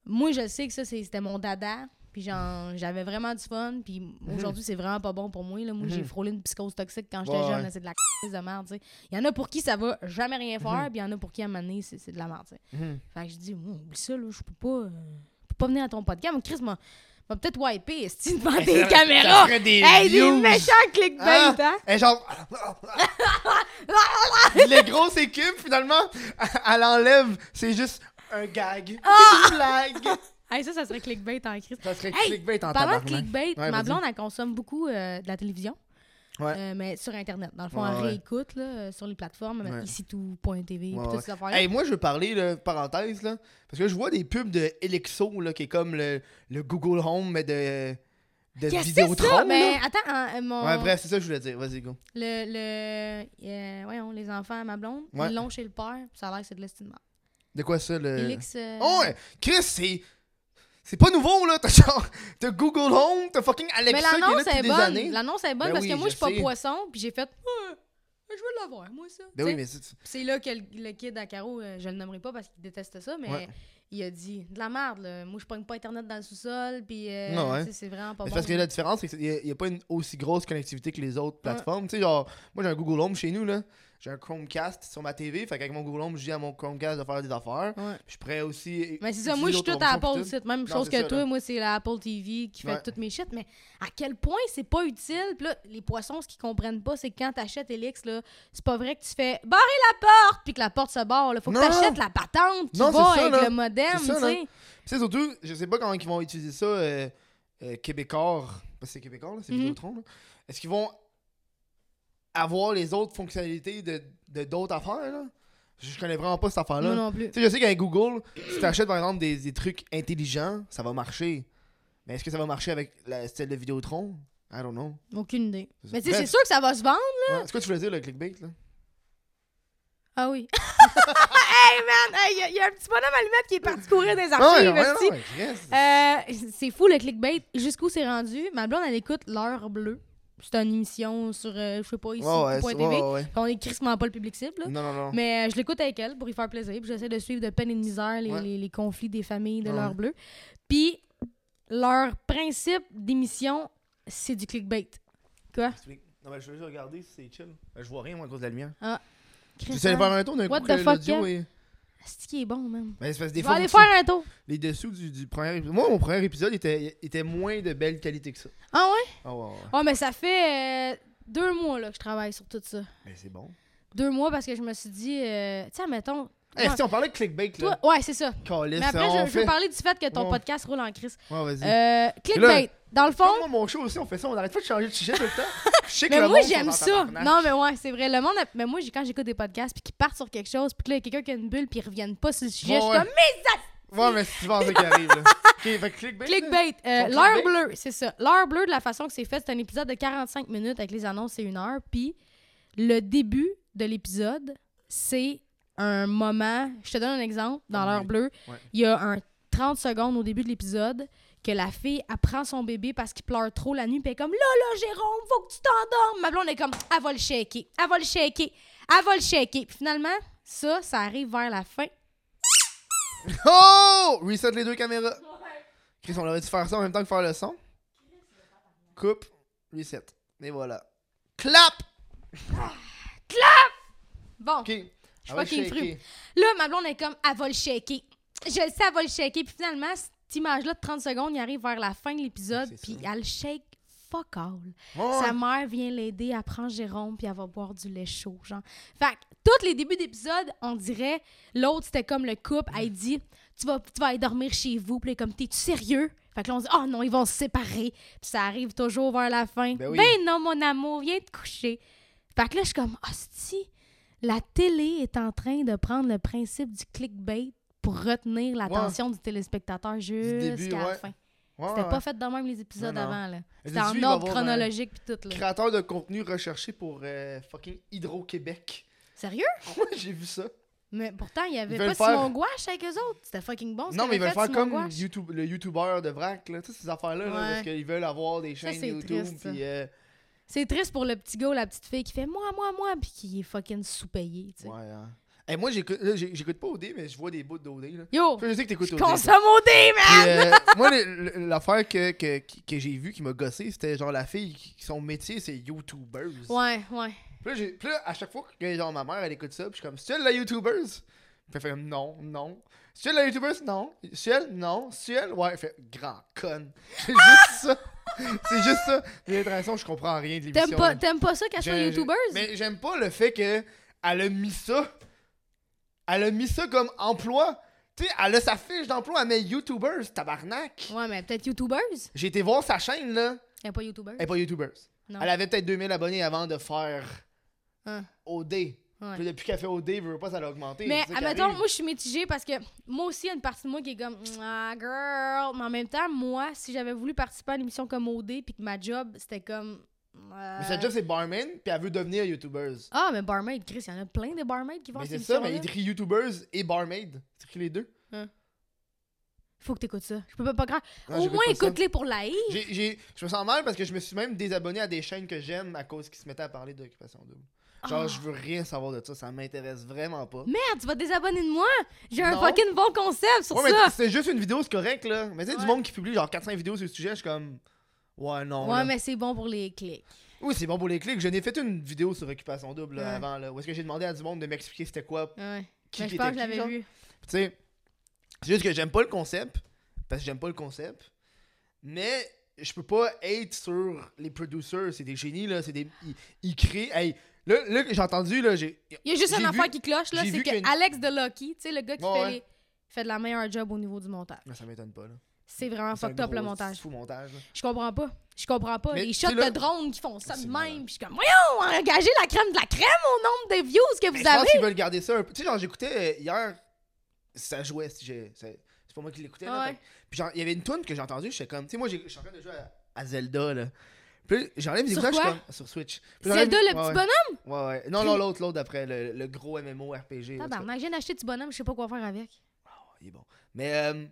Moi, je sais que ça, c'est- c'était mon dada. Puis genre, j'avais vraiment du fun. Puis aujourd'hui, c'est vraiment pas bon pour moi. Là. Moi, j'ai Mhm. frôlé une psychose toxique quand Ouais, j'étais jeune. ouais. là. C'est de la c*** de merde, tu sais. Il y en a pour qui ça va jamais rien faire, puis il y en a pour qui à un moment donné, c'est c'est de la merde, tu sais. Mhm. Fait que je dis, Moi, oublie ça, là, je peux pas, euh, je peux pas venir à ton podcast. Mais Chris m'a m'a peut-être wipé, est devant des (laughs) Ça caméras? ferait des Hey, des views. méchants clickbait, Ah! hein? Et genre... (laughs) le gros équipe, finalement, (laughs) elle enlève, c'est juste un gag. C'est une blague. Hey, ça, ça serait clickbait en Chris. Ça serait Ah! Hey, clickbait en Parlant de tabarnak. clickbait, ma Ouais, vas-y. blonde, elle consomme beaucoup euh, de la télévision. Ouais. Euh, mais sur Internet. Dans le fond, Ouais, elle ouais. réécoute là, euh, sur les plateformes, Ouais. ici tout.tv, Ouais, toutes ouais. ces affaires-là. Hey, moi, je veux parler, là, parenthèse, là, parce que je vois des pubs de Elixo, là, qui est comme le, le Google Home, mais de, de Qu'est-ce que c'est Vidéotron. ça? là. Mais attends, hein, euh, mon... Ouais, bref, c'est ça que je voulais dire. Vas-y, go. Le, le, euh, voyons, les enfants à ma blonde, Ouais. ils l'ont chez le père, puis ça a l'air que c'est de l'estimement. De quoi ça, le. Félix, euh, Oh, ouais, Chris, c'est. C'est pas nouveau, là. T'as genre. T'as Google Home, t'as fucking mais Alexa qui est là l'annonce depuis est des bonne. années. L'annonce est bonne Ben parce oui, que moi, je je suis pas sais. poisson, puis j'ai fait, Ouais, je veux l'avoir, moi, ça. Tu Ben oui, sais? mais c'est. Puis C'est là que le, le kid à Caro, euh, je le nommerai pas parce qu'il déteste ça, mais Ouais. il a dit, de la merde, là. moi, je pogne pas Internet dans le sous-sol, puis euh, Ouais, ouais. tu sais, c'est vraiment pas bon. hein. mais Ah. c'est parce que la différence, c'est qu'il n'y a, pas une aussi grosse connectivité que les autres plateformes. Tu sais, genre, moi j'ai un Google Home chez nous, là. j'ai un Chromecast sur ma TV. Fait qu'avec mon Google Home, je dis à mon Chromecast de faire des affaires. Ouais. Je pourrais aussi. Mais c'est ça, moi je suis utiliser tout d'autres à fonctions, Apple, puis tout. c'est même Non, chose c'est que ça, toi. là. Moi, c'est la Apple TV qui fait Ouais. toutes mes shit, mais à quel point c'est pas utile. Puis là, les poissons, ce qu'ils comprennent pas, c'est que quand t'achètes Elix, là, c'est pas vrai que tu fais barrer la porte, puis que la porte se barre. Là. Faut Non. que t'achètes la patente, tu Non, c'est vas ça, avec là. le modem, tu C'est ça, là. sais. Puis c'est surtout, je sais pas comment ils vont utiliser ça, euh, euh, Québécois. Parce que c'est Québécois, là, c'est Mhm. Vidéotron. là. Est-ce qu'ils vont avoir les autres fonctionnalités de de d'autres affaires, là? Je je connais vraiment pas cette Moi affaire-là. non plus. Tu sais, je sais qu'avec Google, si tu achètes par exemple des, des trucs intelligents, ça va marcher. Mais est-ce que ça va marcher avec la style de Vidéotron? I don't know. Aucune idée. C'est ça. Mais tu sais, Bref. c'est sûr que ça va se vendre. Ouais, C'est quoi tu voulais dire, le clickbait, là? Ah (laughs) oui. hey man, il y, a un petit bonhomme allumette qui est parti courir dans les Ah ouais, archives. ouais, esti. ouais, Chris. Euh, c'est fou le clickbait. Jusqu'où c'est rendu? Ma blonde, elle écoute L'heure bleue. C'est une émission sur, euh, je sais pas, ici, Ouais, ouais, point c'est- TV. ouais, ouais, ouais. On est crissement pas le public cible. là. Non, non, non. Mais euh, je l'écoute avec elle pour y faire plaisir. Puis j'essaie de suivre de peine et de misère les, Ouais. les- les conflits des familles de Ouais. l'heure bleue. Puis leur principe d'émission, c'est du clickbait. Quoi? Explique. Non, mais je veux juste regarder si c'est chill. Ben, je vois rien, moi, à cause de la lumière. Tu essaies de faire Christian, un tour d'un What coup the que fuck, l'audio Kev? est... C'est qui hein? est bon, même. Ben, c'est parce Je que des vais fois, aller faut que tu- faire un tour. les dessous du, du premier épisode... Moi, mon premier épisode était, était moins de belle qualité que ça. Ah ouais? Ah ouais, ouais, ouais. Ouais, mais ça fait euh, deux mois là, que je travaille sur tout ça. Mais c'est bon. Deux mois parce que je me suis dit, euh, tu sais, mettons. Eh, si on parlait de clickbait, là. Toi, ouais, c'est ça. Calisse, Mais après, on je, je veux fait- parler du fait que ton Ouais. podcast roule en crise. Ouais, vas-y. Euh, clickbait. Dans le fond, Comme moi, mon show aussi, on fait ça, on arrête pas de changer de sujet tout le (laughs) temps. Je sais que Mais le moi, monde sont j'aime en ça. tabarnak. Non, mais ouais, c'est vrai. Le monde. a- Mais moi, j'ai- quand j'écoute des podcasts puis qu'ils partent sur quelque chose, puis que là, il y a quelqu'un qui a une bulle puis ils reviennent pas sur le sujet, Ouais, je suis ouais. comme, mais Ouais, mais c'est souvent ça qui (laughs) arrive, là. Ok, fait que clickbait. là. clickbait. Euh, Son L'heure clickbait. bleue, c'est ça. L'heure bleue, de la façon que c'est fait, c'est un épisode de 45 minutes avec les annonces, c'est une heure. Puis le début de l'épisode, c'est un moment. Je te donne un exemple. Dans Oui. l'heure bleue, Ouais. il y a un 30 secondes au début de l'épisode que la fille apprend son bébé parce qu'il pleure trop la nuit, puis elle est comme là là Jérôme, faut que tu t'endormes. Ma blonde est comme elle va le shaker, elle va le shaker, elle va le shaker. Puis finalement, ça ça arrive vers la fin. Oh! Reset les deux caméras. Chris, on aurait dû faire ça en même temps que faire le son. Coupe, reset. Et voilà. Clap! Bon, Ok. Je Ah crois ouais, qu'il est shaker. fru. là ma blonde est comme elle va le shaker. Je le sais, elle va le shaker. Puis finalement, cette image là de 30 secondes, il arrive vers la fin de l'épisode, C'est ça. puis elle shake fuck all. Ouais, Sa mère vient l'aider, elle prend Jérôme, puis elle va boire du lait chaud, genre. Fait que tous les débuts d'épisode, on dirait, l'autre, c'était comme le couple, elle dit, tu vas, tu vas aller dormir chez vous, puis elle est comme, t'es-tu sérieux? Fait que là, on dit, oh non, ils vont se séparer. Puis ça arrive toujours vers la fin. Ben Ben, oui. non, mon amour, viens te coucher. Fait que là, je suis comme, hostie, la télé est en train de prendre le principe du clickbait pour retenir l'attention du téléspectateur début, jusqu'à la ouais. fin. ouais, C'était ouais. pas fait de même les épisodes Non, non. avant, là. Je C'était dis, en il va y ordre avoir un chronologique puis tout, là. Créateur de contenu recherché pour euh, fucking (laughs) Hydro-Québec. Sérieux? Ouais, J'ai vu ça. Mais pourtant, il y avait Ils veulent pas faire- Simon Gouache avec eux autres. C'était fucking bon. ce Non, mais ils qu'il avait veulent fait, faire Simon comme Gouache. YouTube, le YouTuber de Vrac, là. Toutes ces affaires-là, là, Ouais. parce qu'ils veulent avoir des Ça, chaînes c'est YouTube. triste, ça. Puis, euh, C'est triste pour le petit gars ou la petite fille qui fait moi, moi, moi, puis qui est fucking sous-payé. tu sais. ouais, hein. Eh, moi, j'écoute là, j'ai- j'écoute pas OD, mais je vois des bouts d'OD, là. Yo, Je sais que t'écoutes Oh. je OD. consomme au dé, man! Puis, euh, (laughs) moi, le- le- l'affaire que, que, que j'ai vue qui m'a gossé, c'était genre la fille qui son métier, c'est YouTubeuse. Ouais, ouais. Puis, là, j'ai- puis là, à chaque fois que genre, ma mère, elle écoute ça, puis je suis comme, c'est elle la YouTubeuse? Puis elle fait comme, non, non. C'est elle la YouTubeuse? Non. C'est elle? Non. C'est elle? Ouais. Elle fait, grand con. (laughs) C'est juste ça. (laughs) C'est juste ça. Mais l'interaction, je comprends rien de l'émission. T'aimes pas, là. t'aimes pas ça qu'elle soit J'ai- youtubeuse? Mais j'aime pas le fait que elle a mis ça. Elle a mis ça comme emploi. Tu sais, elle a sa fiche d'emploi, elle met YouTubeuse, tabarnak. Ouais, mais peut-être youtubeuse? J'ai été voir sa chaîne, là. Elle est pas youtubeuse. Elle est pas YouTubeuse. Non. Elle avait peut-être 2000 abonnés avant de faire Hein. OD. Ouais. Puis depuis qu'elle fait OD, je veux pas, ça l'a augmenté. Mais C'est ça qui admettons, arrive. moi, je suis mitigée parce que moi aussi, il y a une partie de moi qui est comme Ah, girl. Mais en même temps, moi, si j'avais voulu participer à une émission comme OD puis que ma job, c'était comme. euh, Mais sa job, c'est barman, puis elle veut devenir YouTubeuse. Ah, mais barmaid, Chris, il y en a plein de barmaids qui vont mais à c'est cette ça, mais émission-là. il écrit YouTubeuse et barmaid. Il écrit les deux. Faut que t'écoutes ça. Je peux pas, pas grand. Non, Au j'écoute moins, pas ça. écoute-les pour la haie. J'ai- j'ai- Je me sens mal parce que je me suis même désabonné à des chaînes que j'aime à cause qu'ils se mettaient à parler d'occupation double. Genre, Ah. je veux rien savoir de ça, ça m'intéresse vraiment pas. Merde, tu vas te désabonner de moi. J'ai un Non. fucking bon concept sur ouais, mais ça. c'est juste une vidéo, c'est correct, là. Mais tu sais, du Ouais. monde qui publie genre 400 vidéos sur le sujet, je suis comme. Ouais, non. ouais, là. mais c'est bon pour les clics. Oui, c'est bon pour les clics. Je n'ai fait une vidéo sur Occupation Double là, Ouais. avant, là, où est-ce que j'ai demandé à du monde de m'expliquer c'était quoi. Ouais. Qui Ben, je était pense que qui, je l'avais genre. vu. Puis, Tu sais, c'est juste que j'aime pas le concept, parce que j'aime pas le concept, mais je peux pas hate sur les producers, c'est des génies, là, c'est des... Ils, ils créent... Hey, là, là, j'ai entendu, là, j'ai... Il y a juste J'ai une vu- affaire qui cloche, là, j'ai c'est vu que qu'une- Alex de Lucky, tu sais, le gars qui Ouais, fait, ouais. les- fait de la meilleure job au niveau du montage. Non, ça m'étonne pas, là. C'est vraiment C'est un Ah, fucked up le gros montage. Fou montage, là. Je comprends pas. Je comprends pas. Mais les tu shots sais, là- de drones qui font ça de C'est même. malade. Puis je suis comme, voyons, engagez la crème de la crème au nombre de views que Mais vous je pense avez. qu'ils veulent garder ça un peu. Tu sais, genre, j'écoutais euh, hier, ça jouait, si j'ai- c'est c'est pas moi qui l'écoutais. là, Ouais. fait- Puis genre, il y avait une tune que j'ai entendue, j'étais comme, tu sais, moi, j'ai- je suis en train de jouer à, à Zelda, là. Puis là, j'enlève les Sur écouteurs, je suis quoi? comme, sur Switch. Puis j'enlève- Zelda, le petit ouais, ouais. bonhomme. Ouais, ouais. Non, non, l'autre, l'autre d'après, le, le gros MMORPG. là, en tout cas. Tabarnak, je viens d'acheter du bonhomme, je sais pas quoi faire avec. Ah, Il est bon. Mais, euh,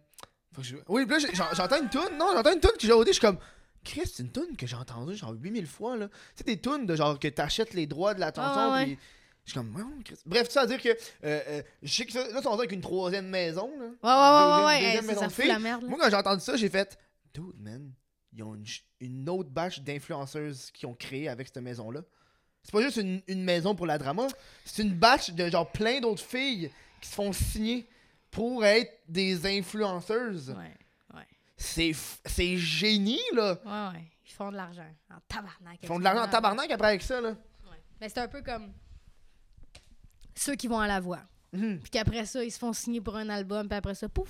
faut que je- Oui, puis là, j'ai- j'en- j'entends une tune Non, j'entends une tune que j'ai audiée, je suis comme. Chris, c'est une tune que j'ai entendue genre 8000 fois, là. C'est des tunes de genre que t'achètes les droits de la chanson, Ah, ouais, puis Je suis comme, non, Chris. Bref, tout ça à dire que. euh, euh, je sais que ça, là, on avec une troisième maison, Ouais, ouais, là. ouais, Deuxième- ouais, ouais. deuxième hey, ça, maison ça de fout filles. la merde. là. Moi, quand j'ai entendu ça, j'ai fait. Dude, man, ils ont une, ch- une autre batch d'influenceuses qui ont créé avec cette maison-là. C'est pas juste une, une maison pour la drama, c'est une batch de genre plein d'autres filles qui se font signer pour être des influenceuses. Ouais, C'est f- c'est génie, là. ouais, ouais. Ils font de l'argent en tabarnak. Ils font de l'argent en tabarnak après avec ça, là. Ouais. Mais c'est un peu comme ceux qui vont à la voix. Mhm. Puis qu'après ça, ils se font signer pour un album, puis après ça, pouf,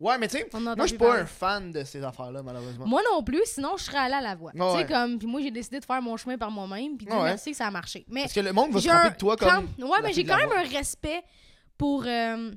Ouais, mais tu sais, on entend moi, je suis pas un fan de ces affaires-là, malheureusement. Moi non plus, sinon je serais allée à la voix. Tu Ouais, sais, ouais. comme, puis moi j'ai décidé de faire mon chemin par moi-même, puis Dieu Ouais. merci que ça a marché. Mais Parce que le monde va se j'ai un- tromper de toi comme. quand- Ouais, la mais fille j'ai de la quand même voix. un respect pour. euh,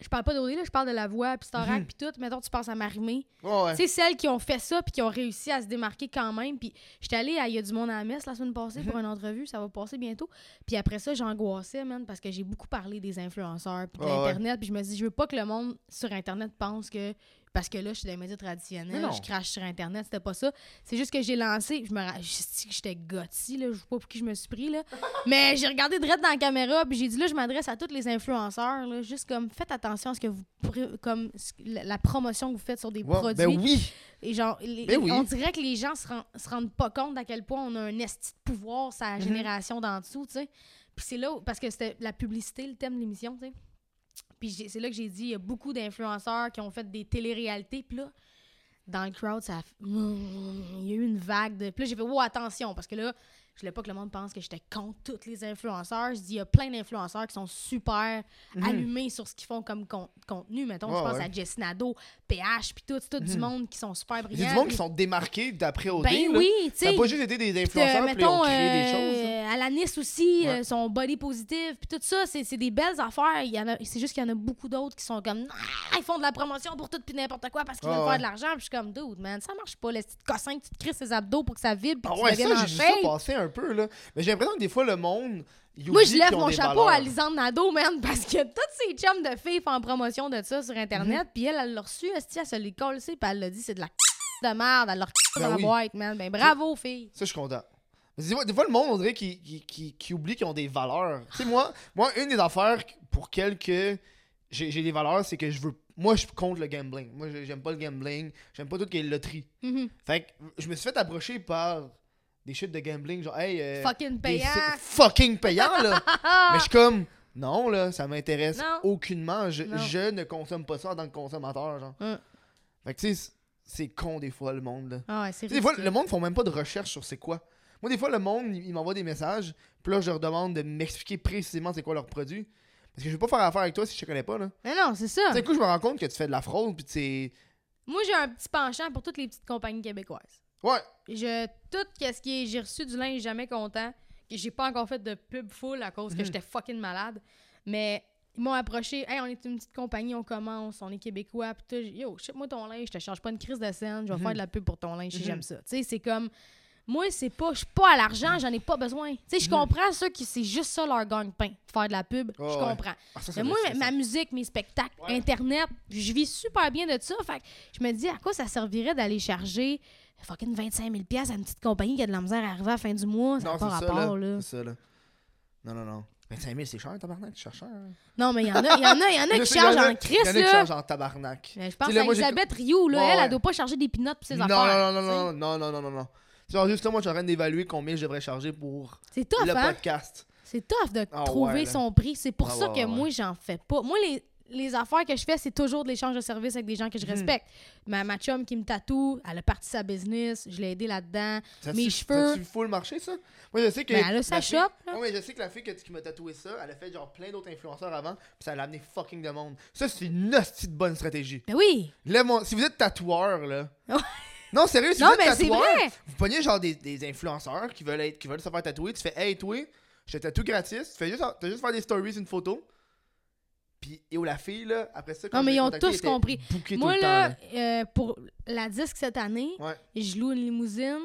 Je parle pas d'OD, là, je parle de la voix, puis Starac, Mhm. puis tout. Mettons, tu penses à Marimé. Ouais, ouais. Tu sais, celles qui ont fait ça, puis qui ont réussi à se démarquer quand même. Puis j'étais allée à Il y a du monde à la messe la semaine passée Mhm. pour une entrevue, ça va passer bientôt. Puis après ça, j'angoissais, man, parce que j'ai beaucoup parlé des influenceurs, puis de Ouais, ouais. l'Internet, puis je me dis, je veux pas que le monde sur Internet pense que. Parce que là, je suis dans les médias Mais traditionnels, non. je crache sur Internet, c'était pas ça. C'est juste que j'ai lancé, je me ra- je- j'étais gotti, là, je sais pas pour qui je me suis pris, là. (laughs) Mais j'ai regardé direct dans la caméra, puis j'ai dit là, je m'adresse à tous les influenceurs, là, juste comme faites attention à ce que vous, pr- comme ce- la la promotion que vous faites sur des Ouais, produits. ben oui. Et genre, les- Ben oui. on dirait que les gens se, rend- se rendent pas compte à quel point on a un esti de pouvoir Mhm. sa génération d'en dessous, tu sais. Puis c'est là, où- parce que c'était la publicité, le thème de l'émission, tu sais. Puis j'ai- c'est là que j'ai dit, il y a beaucoup d'influenceurs qui ont fait des téléréalités, puis là, dans le crowd, ça a fait- (laughs) Il y a eu une vague de... Puis là, j'ai fait, oh, attention, parce que là, je voulais pas que le monde pense que j'étais contre tous les influenceurs. Je dis, il y a plein d'influenceurs qui sont super allumés sur ce qu'ils font comme con- contenu. Mettons, je Mhm. Ouais, pense ouais. à Jessie Nadeau, PH, puis tout, c'est tout du Mhm. monde qui sont super Il y a brillants. du monde qui sont démarqués d'après OD. Ben là. oui, tu Ça sais. n'a pas juste été des puis, euh, influenceurs, puis ils ont mettons, créé des euh, choses. là. Alanis aussi, Ouais. euh, son body positive, puis tout ça, c'est c'est des belles affaires. Il y en a- C'est juste qu'il y en a beaucoup d'autres qui sont comme, Ah, ils font de la promotion pour tout puis n'importe quoi parce qu'ils Ah veulent ouais. faire de l'argent. Puis je suis comme, dude, man, ça marche pas. Laisse petite cossin que tu te crises ses abdos pour que ça vibre puis Ah que ouais, tu ça, deviennes en j'ai vu ça shape. passer un peu, là. Mais j'ai l'impression que des fois, le monde. il Moi, je oublie lève qu'ils ont mon des chapeau à valeurs. Lisande Nadeau, man, (laughs) parce que toutes ces chums de filles font en promotion de ça sur Mm-hmm. Internet, puis elle, elle l'a reçu, esti, elle se l'est collée, puis elle l'a dit, c'est de la de merde, elle l'a reçu Ben dans oui. la boîte, man. Ben bravo, fille. Ça, je suis content. Mais des fois, des fois, le monde, on dirait qu'il qu'il- qu'il- qu'il oublie qu'ils ont des valeurs. Tu sais, moi, moi, une des affaires pour quelles que j'ai j'ai des valeurs, c'est que je veux. Moi, je suis contre le gambling. Moi, j'ai- j'aime pas le gambling. J'aime pas tout ce qui est loterie. Mhm. Fait que je me suis fait approcher par des shit de gambling, genre, hey. euh, Fucking des payant. sites Fucking payant, (laughs) là. Mais je suis comme, non, là, ça m'intéresse Non. aucunement. Je, Non. je ne consomme pas ça en tant que consommateur, genre. Hum. Fait que, tu sais, c'est- c'est con des fois, le monde, là. Ah ouais, c'est Tu sais, Des fois, ridicule. le monde font même pas de recherche sur c'est quoi. Moi, des fois, le monde, il il m'envoie des messages, puis là, je leur demande de m'expliquer précisément c'est quoi leur produit. Parce que je veux pas faire affaire avec toi si je te connais pas, là. Mais non, c'est ça. Tu sais, du coup, je me rends compte que tu fais de la fraude, puis tu sais- Moi, j'ai un petit penchant pour toutes les petites compagnies québécoises. Ouais, Je, tout ce qui est. J'ai reçu du linge jamais content. que J'ai pas encore fait de pub full à cause que Mhm. j'étais fucking malade. Mais ils m'ont approché. Hey, on est une petite compagnie, on commence, on est québécois. Puis tout. J'ai- yo, ship-moi ton linge, je te charge pas une crise de scène, je vais Mhm. faire de la pub pour ton linge si Mhm. j'aime ça. Tu sais, c'est comme. Moi, c'est pas. Je suis pas à l'argent, j'en ai pas besoin. Tu sais, je Mhm. comprends ceux qui. C'est juste ça leur gagne-pain, faire de la pub. Ouais, je ouais. comprends. Ah, ça, ça Mais doit moi, être ma stressant. musique, mes spectacles, Ouais. Internet, je vis super bien de ça. Fait que je me dis à quoi ça servirait d'aller charger fucking 25 000 pièces à une petite compagnie qui a de la misère à arriver à la fin du mois. Ça n'a Non, pas c'est ça, rapport, là. là. C'est ça, là. Non, non, non. 25 000, c'est cher, tabarnak, tu cherches cher. hein. Non, mais il y en a, il y en a, il y en a Je qui sais, il y en chargent a- en Il y en crise, a qui là. chargent en tabarnak. Mais je pense Tu sais, là, à moi, j'ai- Elisabeth Rioux, là. Ouais, Elle, elle ouais. doit pas charger des pinottes pour ses non, affaires. non, non, tu sais. non, non, non, non, non, non, non. Genre, juste là, moi, je suis en train d'évaluer combien je devrais charger pour C'est tough, le hein? podcast. C'est tough de Ah ouais, trouver là. son prix. C'est pour Ah ça ouais, que ouais, moi, ouais. j'en fais pas. Moi, les, les affaires que je fais, c'est toujours de l'échange de services avec des gens que je Mhm. respecte. Ma, ma chum qui me tatoue, elle a parti sa business, je l'ai aidée là-dedans. Ça Mes cheveux. Tu fous le marché, ça? Moi, je sais que. Mais elle a sa la fille- shop, là. Ouais, mais je sais que la fille que- qui m'a tatoué ça, elle a fait genre plein d'autres influenceurs avant, puis ça l'a amené fucking de monde. Ça, c'est une hostie de bonne stratégie. Ben oui! Lève mon- Si vous êtes tatoueur, là. Ouais. non, sérieux, si Non, vous êtes mais c'est tatoueur, vrai. vous pognez genre des, des influenceurs qui veulent, être, qui veulent se faire tatouer. Tu fais, hey, toi, je te tatoue gratis. Tu fais juste, t'as juste faire des stories, une photo. Puis, et où la fille, là, après ça, quand Non, mais je l'ai ils ont contactée, tous elle était compris. bookée Moi, tout le là, temps, euh, pour la disque cette année, Ouais. je loue une limousine,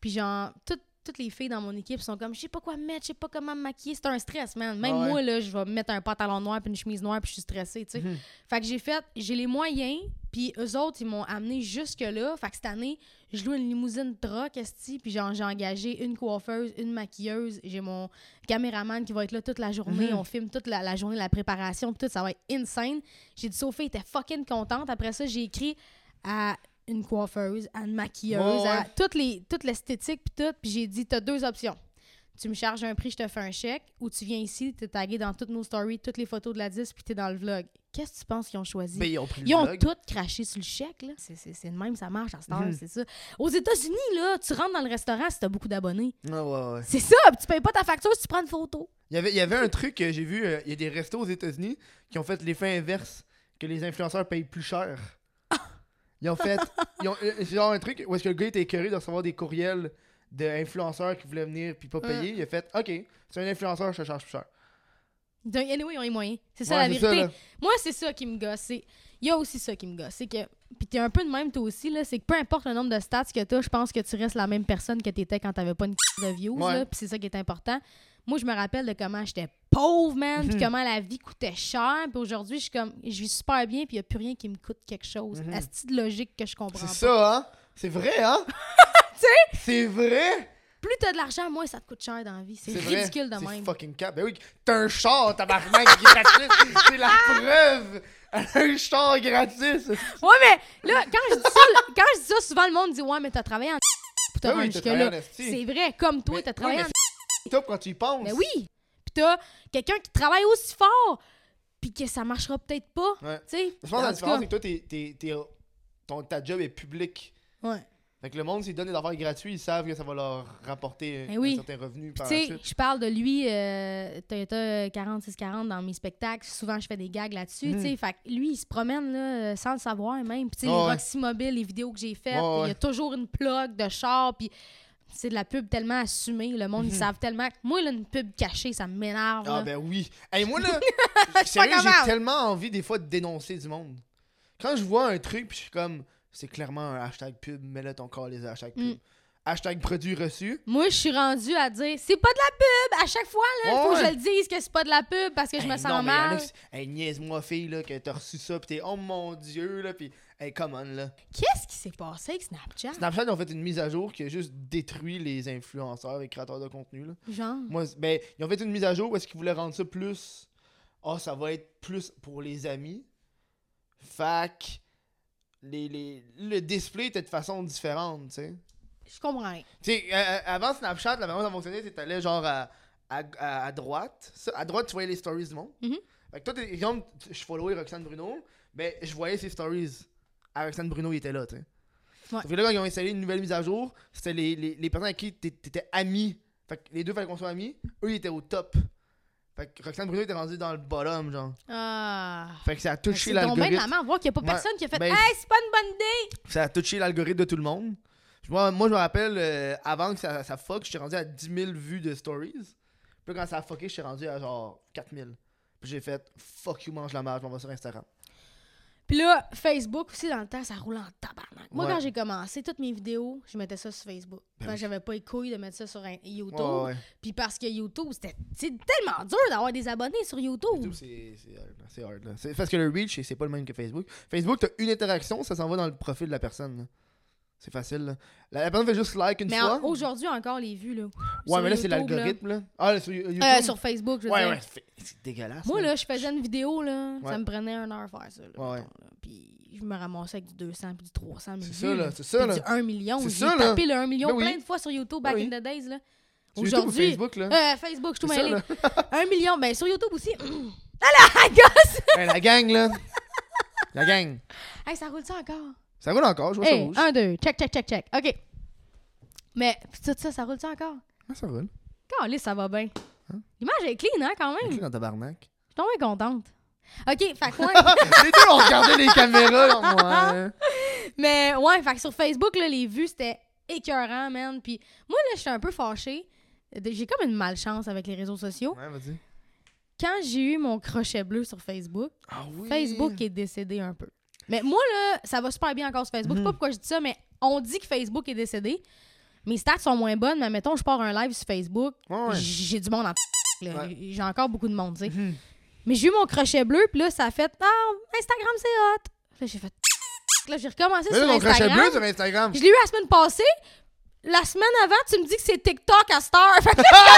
puis genre, toutes, toutes les filles dans mon équipe sont comme, je sais pas quoi mettre, je sais pas comment me maquiller. C'est un stress, man. Même Ah ouais. moi, là, je vais mettre un pantalon noir puis une chemise noire, puis je suis stressée, tu sais. Mhm. Fait que j'ai fait, j'ai les moyens, puis eux autres, ils m'ont amené jusque-là. Fait que cette année, je loue une limousine truck, esti, puis genre, j'ai engagé une coiffeuse, une maquilleuse, j'ai mon caméraman qui va être là toute la journée, Mhm. on filme toute la, la journée, la préparation, puis tout, ça va être insane. J'ai dit, Sophie était fucking contente. Après ça, j'ai écrit à une coiffeuse, à une maquilleuse, Ouais, ouais. à toutes les, toute l'esthétique, puis tout, puis j'ai dit, t'as deux options. Tu me charges un prix, je te fais un chèque, ou tu viens ici, t'es tagué dans toutes nos stories, toutes les photos de la disque, puis t'es dans le vlog. Qu'est-ce que tu penses qu'ils ont choisi? Mais Ben, ils ont pris le Ils ont vlog. tout craché sur le chèque, là. C'est- C'est c'est de même, ça marche à cette heure, Mhm. c'est ça. Aux États-Unis, là, tu rentres dans le restaurant si t'as beaucoup d'abonnés. Ouais, Ah, ouais, ouais. C'est ça, puis tu payes pas ta facture si tu prends une photo. Il y avait, il y avait un truc que j'ai vu, euh, il y a des restos aux États-Unis qui ont fait l'effet inverse, que les influenceurs payent plus cher. Ils ont fait. ils ont, euh, c'est genre un truc où est-ce que le gars était écœuré de recevoir des courriels d'influenceurs qui voulaient venir puis pas payer. Il a fait Ok, c'est un influenceur, je te charge plus cher. Donc, anyway, ils ont les moyens. C'est ça Ouais, la c'est ça, vérité. là. Moi, c'est ça qui me gosse. c'est- Il y a aussi ça qui me gosse. C'est que. Puis t'es un peu de même, toi aussi, là. C'est que peu importe le nombre de stats que t'as, je pense que tu restes la même personne que t'étais quand t'avais pas une de views, Ouais. là. Puis c'est ça qui est important. Moi, je me rappelle de comment j'étais pauvre, man. Mhm. Puis comment la vie coûtait cher. Puis aujourd'hui, je suis comme. Je vis super bien, puis il a plus rien qui me coûte quelque chose. Mhm. Asti de logique que je comprends C'est pas. ça, hein C'est vrai, (laughs) hein C'est vrai Plus t'as de l'argent, moins ça te coûte cher dans la vie. C'est vrai. ridicule de C'est même. fucking cap. Ben oui, t'as un char, tabarnak, gratuit. (laughs) C'est la preuve. Elle a un char gratuit. Ouais, mais là, quand je dis ça, là, quand je dis ça, souvent le monde dit Ouais, mais t'as travaillé en pour te Ben oui, rendre t'as travaillé en jusque-là. esti. C'est vrai, comme toi, Mais- t'as oui, travaillé mais en C'est top quand tu y penses. Mais oui! Puis t'as quelqu'un qui travaille aussi fort, puis que ça marchera peut-être pas. Ouais. Tu sais? Je pense que En la tout différence, cas, c'est que toi, t'es- t'es- t'es- ton, ta job est publique. ouais. Fait que le monde, s'ils donnent des affaires gratuites, ils savent que ça va leur rapporter Eh oui. un certain revenu par Tu la sais, suite. je parle de lui, euh, Toyota 4640 dans mes spectacles. Souvent, je fais des gags là-dessus. Mm. Tu sais, fait que lui, il se promène là, euh, sans le savoir même. Puis, tu sais, Ouais, les ouais. Roxy Mobile, les vidéos que j'ai faites, Ouais, ouais. il y a toujours une plug de char. Puis, c'est de la pub tellement assumée. Le monde, ils savent tellement. que- Moi, là, une pub cachée, ça m'énerve. Mhm. Ah là. ben oui. Hey, moi (laughs) là, suis sérieux, pas capable. j'ai tellement envie des fois de dénoncer du monde. Quand je vois un truc, puis je suis comme, c'est clairement un hashtag pub, mais là ton corps les hashtag pub. Mm. Hashtag produit reçu. Moi, je suis rendue à dire c'est pas de la pub. À chaque fois, là, Ouais, faut que ouais. je le dise que c'est pas de la pub parce que je Hey, me sens non, mais y en a mal. qui- Hey, niaise-moi fille là, que t'as reçu ça, pis t'es oh mon dieu là, pis hey come on là. Qu'est-ce qui s'est passé avec Snapchat? Snapchat ils ont fait une mise à jour qui a juste détruit les influenceurs et créateurs de contenu là. Genre. Moi, c'est- ben, ils ont fait une mise à jour parce qu'ils voulaient rendre ça plus. Ah, ça va être plus pour les amis. Fac. Les, les- le display était de façon différente, tu sais. Je comprends rien. Tu sais, euh, euh, avant Snapchat, la manière dont ça fonctionnait, c'est que t'allais genre à, à, à- à droite. Ça, à droite, tu voyais les stories du monde. Mhm. Fait que toi, t'es- exemple, tu- je followais Roxane Bruno, ben, je voyais ses stories. À Roxane Bruno, il était là, tu sais. Ouais. Sauf que là, quand ils ont installé une nouvelle mise à jour, c'était les, les, les personnes avec qui t'é- t'étais ami. Fait que les deux fallait qu'on soit amis. Eux, ils étaient au top. Fait que Roxane Bruno était rendu dans le bottom, genre. Ah. Fait que ça a touché C'est donc bien de la l'algorithme. merde voir qu'il n'y a pas Ouais, personne qui a fait ben- Hey, c'est pas une bonne idée! Ça a touché l'algorithme de tout le monde. Je- Moi, moi je me rappelle, euh, avant que ça, ça fuck, j'étais rendu à 10 000 vues de stories. Puis là, quand ça a fucké, j'étais rendu à genre 4 000. Puis j'ai fait fuck you, mange la marge, on va sur Instagram. Puis là, Facebook aussi, dans le temps, ça roule en tabarnak. Moi, Ouais. Ben quand j'ai commencé toutes mes vidéos, je mettais ça sur Facebook. Quand j'avais pas les couilles de mettre ça sur un- YouTube. Ouais, ouais. Puis parce que YouTube, c'était c'est tellement dur d'avoir des abonnés sur YouTube, YouTube. c'est c'est hard, là. c'est hard. là. C'est parce que le reach, c'est- c'est pas le même que Facebook. Facebook, t'as une interaction, ça s'en va dans le profil de la personne. là. C'est facile, là. La, la personne fait juste like une Mais fois. en- aujourd'hui encore, les vues, là. ouais, sur mais là, c'est YouTube, l'algorithme, là. Ah, là, sur You- YouTube. là. Euh, sur Facebook, je veux ouais, dire. ouais, c'est c'est dégueulasse. Moi, là, je faisais une vidéo, là. Ouais. Ça me prenait un heure à faire ça, là. mettons, ouais. là. Puis je me ramassais avec du 200 puis du 300 000 C'est vues, ça, là. C'est ça, puis là. du 1 million. C'est J'ai ça, là. tapé le 1 million Ben oui. plein de fois sur YouTube back Ben in the days, là. Sur YouTube ou Aujourd'hui, Facebook, là. (laughs) Euh, Facebook, je C'est trouve ça, là. (laughs) 1 million, ben sur YouTube (clears throat) aussi. (laughs) Allez, gosse! Hey, la gang, là. La gang. Hey, ça roule ça encore? Ça roule encore, je vois ça Hey, rouge. 1, 2, check, check, check, check. OK. Mais pis tout ça, ça roule ça encore? Ah, ça roule. Calé, ça va bien. Hein? L'image est clean, hein, quand même? Avec Je lui dans tabarnak. suis tombée contente. OK, fait que ouais, (laughs) les deux ont regardé les caméras, là, moi. Mais ouais, fait que sur Facebook, là, les vues, c'était écœurant, man. Puis moi, là, je suis un peu fâchée. De- J'ai comme une malchance avec les réseaux sociaux. Ouais, vas-y. Quand j'ai eu mon crochet bleu sur Facebook, Ah oui. Facebook est décédé un peu. Mais moi, là, ça va super bien encore sur Mhm. Facebook. Je sais pas pourquoi je dis ça, mais on dit que Facebook est décédé. Mes stats sont moins bonnes, mais mettons, je pars un live sur Facebook. Ouais, ouais. j- J'ai du monde en là. Ouais. J'ai encore beaucoup de monde, tu sais. Mhm. Mais j'ai eu mon crochet bleu, puis là, ça a fait Ah, Instagram, c'est hot. Là, j'ai fait Là, j'ai recommencé Mais là, sur mon crochet Instagram. bleu sur Instagram. Je l'ai eu la semaine passée. La semaine avant, tu me dis que c'est TikTok à Star. (laughs)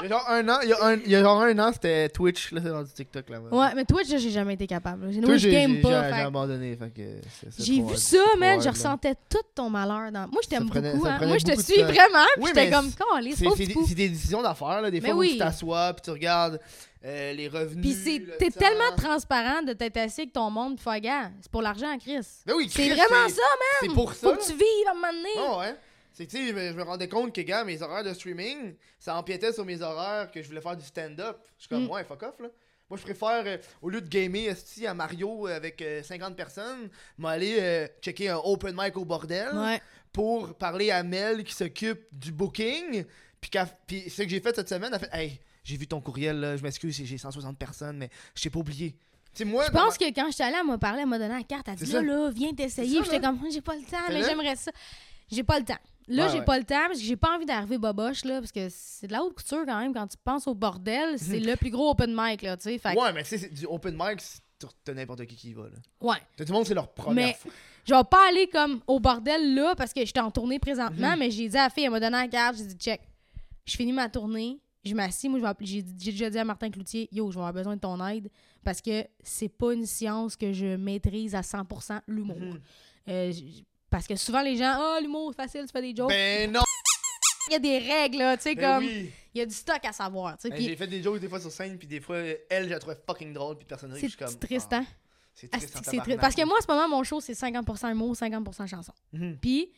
Fait que là, Il y a genre un an, il y a, un, il y a genre un an, c'était Twitch, là, c'est rendu TikTok, là. ouais, mais Twitch, là, j'ai jamais été capable. J'ai Twitch, je j'ai- game j'ai- pas. j'ai- fait J'ai que- abandonné, fait que c'est- c'est J'ai trop vu hard. ça, man. hard, Je là. ressentais tout ton malheur. Dans... Moi, je t'aime prenait- beaucoup. ça hein. prenait Moi, je te beaucoup de suis temps. vraiment. puis Oui, J'étais mais comme, calé, C'est pauvre c'est petit des, pou. c'est des décisions d'affaires, là. Des Mais fois, où oui. tu t'assois, puis tu regardes euh, les revenus. Puis c'est- le t'es temps. tellement transparent de t'être assis avec ton monde. Puis, gars, c'est pour l'argent, Chris. Ben oui, C'est Chris, vraiment ça, C'est man. pour ça. Faut que tu vives à un moment donné. Non, Ah, ouais. C'est que, tu sais, je me- je me rendais compte que, gars, mes horaires de streaming, ça empiétait sur mes horaires que je voulais faire du stand-up. Je suis comme, Mm. ouais, fuck off, là. Moi, je préfère, euh, au lieu de gamer esti, à Mario euh, avec euh, 50 personnes, m'aller euh, checker un open mic au bordel Ouais. pour parler à Mel qui s'occupe du booking. Puis, qu'elle- puis ce que j'ai fait cette semaine, elle a fait, hey, j'ai vu ton courriel, là, je m'excuse, j'ai 160 personnes, mais je t'ai pas oublié. Tu sais, moi, Je pense que quand j'étais allée, elle m'a parlé, elle m'a donné la carte. Elle a dit C'est là, ça. là, viens C'est t'essayer. ça, Puis j'étais là. comme, j'ai pas le temps, là, Fais-le. j'aimerais ça. J'ai pas le temps. Là, Ouais, j'ai ouais. pas le temps parce que j'ai pas envie d'arriver boboche, là, parce que c'est de la haute couture quand même. Quand tu penses au bordel, c'est le plus gros open mic, là, tu sais. Fait que- Mhm. Ouais, mais tu sais, c'est du open mic, c'est- tu t'as n'importe qui qui y va, là. ouais. Tout le monde, c'est leur première Mais- fois. Je vais pas aller comme au bordel là parce que j'étais en tournée Mhm. présentement, mais j'ai dit à la fille, elle m'a donné la carte, j'ai dit check. Je finis ma tournée, je m'assis, moi je vais appeler- j'ai dit- j'ai déjà dit à Martin Cloutier, yo, je vais avoir besoin de ton aide parce que c'est pas une science que je maîtrise à 100% l'humour. Mhm. Euh, j- parce que souvent les gens, ah l'humour c'est facile, tu fais des jokes. Il Ben non! y a des règles là, tu sais Ben comme il oui. y a du stock à savoir, tu sais. Ben, puis j'ai fait des jokes des fois sur scène, puis des fois, euh, elle, je la trouvais fucking drôle, puis personne ne rit, c'est je suis comme. triste ah, hein. C'est Asti triste. que en c'est triste. tabarnak. Parce que moi en ce moment mon show c'est 50% humour, 50% chanson. Mhm. Puis,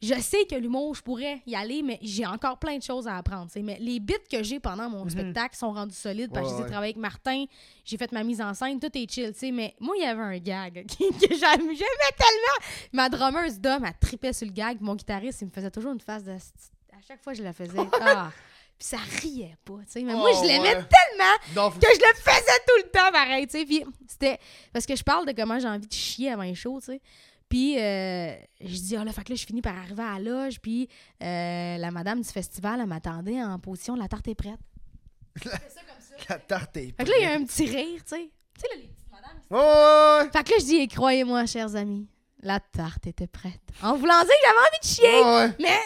je sais que l'humour, je pourrais y aller, mais j'ai encore plein de choses à apprendre. tu sais. Mais les bits que j'ai pendant mon spectacle sont rendus solides parce que Mhm. Ouais, j'ai ouais. travaillé avec Martin, j'ai fait ma mise en scène, tout est chill, tu sais. Mais moi, il y avait un gag qui- (laughs) que j'aime- j'aimais tellement. Ma drummeuse d'homme, elle tripait sur le gag. Mon guitariste, il me faisait toujours une face de... À chaque fois, je la faisais. (laughs) Ah! Puis ça riait pas, tu sais. Mais moi, Oh, je l'aimais ouais. tellement Non, faut- que je le faisais tout le temps pareil, tu sais. Puis c'était parce que je parle de comment j'ai envie de chier avant les shows, tu sais. Puis euh, je dis, ah là, fait que là, je finis par arriver à la loge. Puis euh, la madame du festival, elle m'attendait en position, la tarte est (laughs) prête. la tarte est. Fait que là, il y a un petit rire, tu sais. Tu sais, là, les petites madames. Ouais! Fait que là, je dis, et croyez-moi, chers amis, la tarte était prête. En voulant dire que j'avais envie de chier, Ouais, ouais.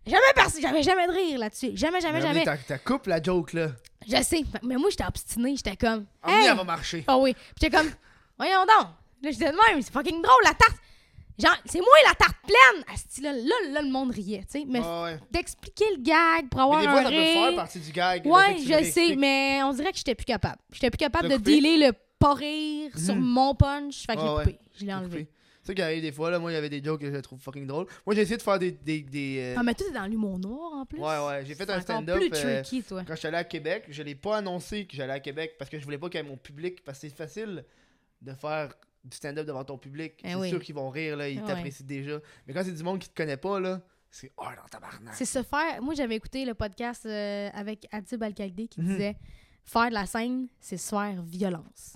mais jamais personne, j'avais jamais de rire là-dessus. Jamais, jamais, Mais jamais. t'as- T'as coupé la joke, là. Je sais. Fait- Mais moi, j'étais obstinée, j'étais comme. En venir, hey! elle va marcher. Ah oui. Puis J'étais comme, voyons donc. Là, j'étais de même, c'est fucking drôle, la tarte. Genre, c'est moi la tarte pleine. Asti, là, là, là, le monde riait, tu sais. Mais Ouais, ouais. d'expliquer le gag pour avoir Mais des un fois, ça peut rire. faire partie du gag. le fait ouais, que tu je sais, réexpliques. mais on dirait que j'étais plus capable. J'étais plus capable T'as de coupé? dealer le pas rire sur Mhm. mon punch. Fait que je Ouais, l'ai ouais. coupé. Je l'ai J'ai enlevé. coupé. C'est ça qui arrive des fois, là. Moi, il y avait des jokes que je trouve fucking drôles. Moi, j'ai essayé de faire des. des, des euh, Ah, mais toi, t'es dans l'humour noir en plus. Ouais, ouais, j'ai fait C'est un encore stand-up, plus euh, tricky, toi. Quand j'étais allé à Québec, je l'ai pas annoncé que j'allais à Québec parce que je voulais pas qu'il y ait mon public. Parce que c'est facile de faire du stand-up devant ton public. Eh c'est oui. Eh sûr qu'ils vont rire, là, ils Ouais. t'apprécient déjà. Mais quand c'est du monde qui te connaît pas, là, c'est hard en tabarnak. C'est se faire. Moi, j'avais écouté le podcast euh, avec Adib al qui Mhm. disait faire de la scène, c'est se faire violence.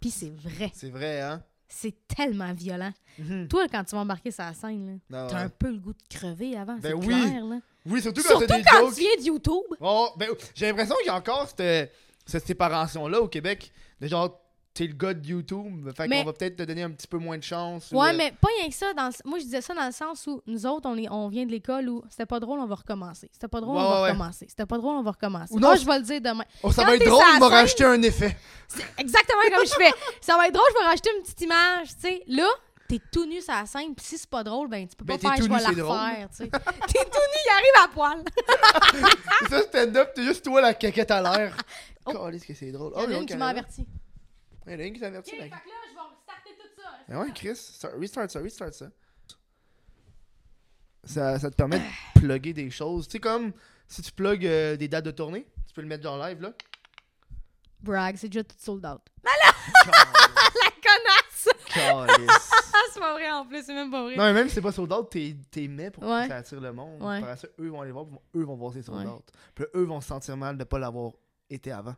Puis c'est vrai. C'est vrai, hein? C'est tellement violent. Mhm. Toi, quand tu vas embarquer sur la scène, là, Non, t'as ouais. un peu le goût de crever avant. Ben c'est oui. clair, là. Oui, surtout quand Surtout t'as des quand jokes. tu viens de YouTube. Oh, ben, j'ai l'impression qu'il y a encore cette, cette séparation-là au Québec. De genre, t'es- c'est le gars de YouTube. Fait Mais- qu'on va peut-être te donner un petit peu moins de chance. ou, Ouais, euh, mais pas rien que ça. Dans le... Moi, je disais ça dans le sens où nous autres, on, est... on vient de l'école où c'était pas drôle, on va recommencer. C'était pas drôle, Ouais, on va ouais, ouais. recommencer. C'était pas drôle, on va recommencer. Ou Moi, non, je vais le dire demain. Oh, ça quand va être t'es drôle, sur la il m'a scène- racheté un effet. C'est exactement comme je (laughs) fais. Ça va être drôle, je vais rajouter une petite image, tu sais. Là, t'es tout nu sur la scène, pis si c'est pas drôle, ben tu peux pas Ben, t'es faire, je tout vais nu, la c'est drôle. Oh, refaire, (laughs) tu sais. t'es tout nu, il arrive à poil. Et ça, stand-up, t'es juste toi la caquette à l'air. (laughs) Oh. Calisse que c'est drôle. Il y en a il y a une qui m'a Canada. averti. Il y en a une qui t'a averti. là, là. je vais restarter tout ça. Mais ben, ouais, Chris, start- restart ça, restart ça. Ça, ça te permet (sighs) de plugger des choses. Tu sais, comme si tu plugues euh, des dates de tournée, tu peux le mettre dans live, (laughs) là. Brag, c'est déjà tout sold out. (laughs) La connasse! (laughs) Calisse. Ah, c'est pas vrai en plus, c'est même pas vrai. Non, mais même si c'est pas sold out, t'es t'es mets pour Ouais. que ça attire le monde. Ouais. Par ça, eux vont aller voir, puis eux vont voir si c'est sold Ouais. out. Puis eux vont se sentir mal de pas l'avoir été avant.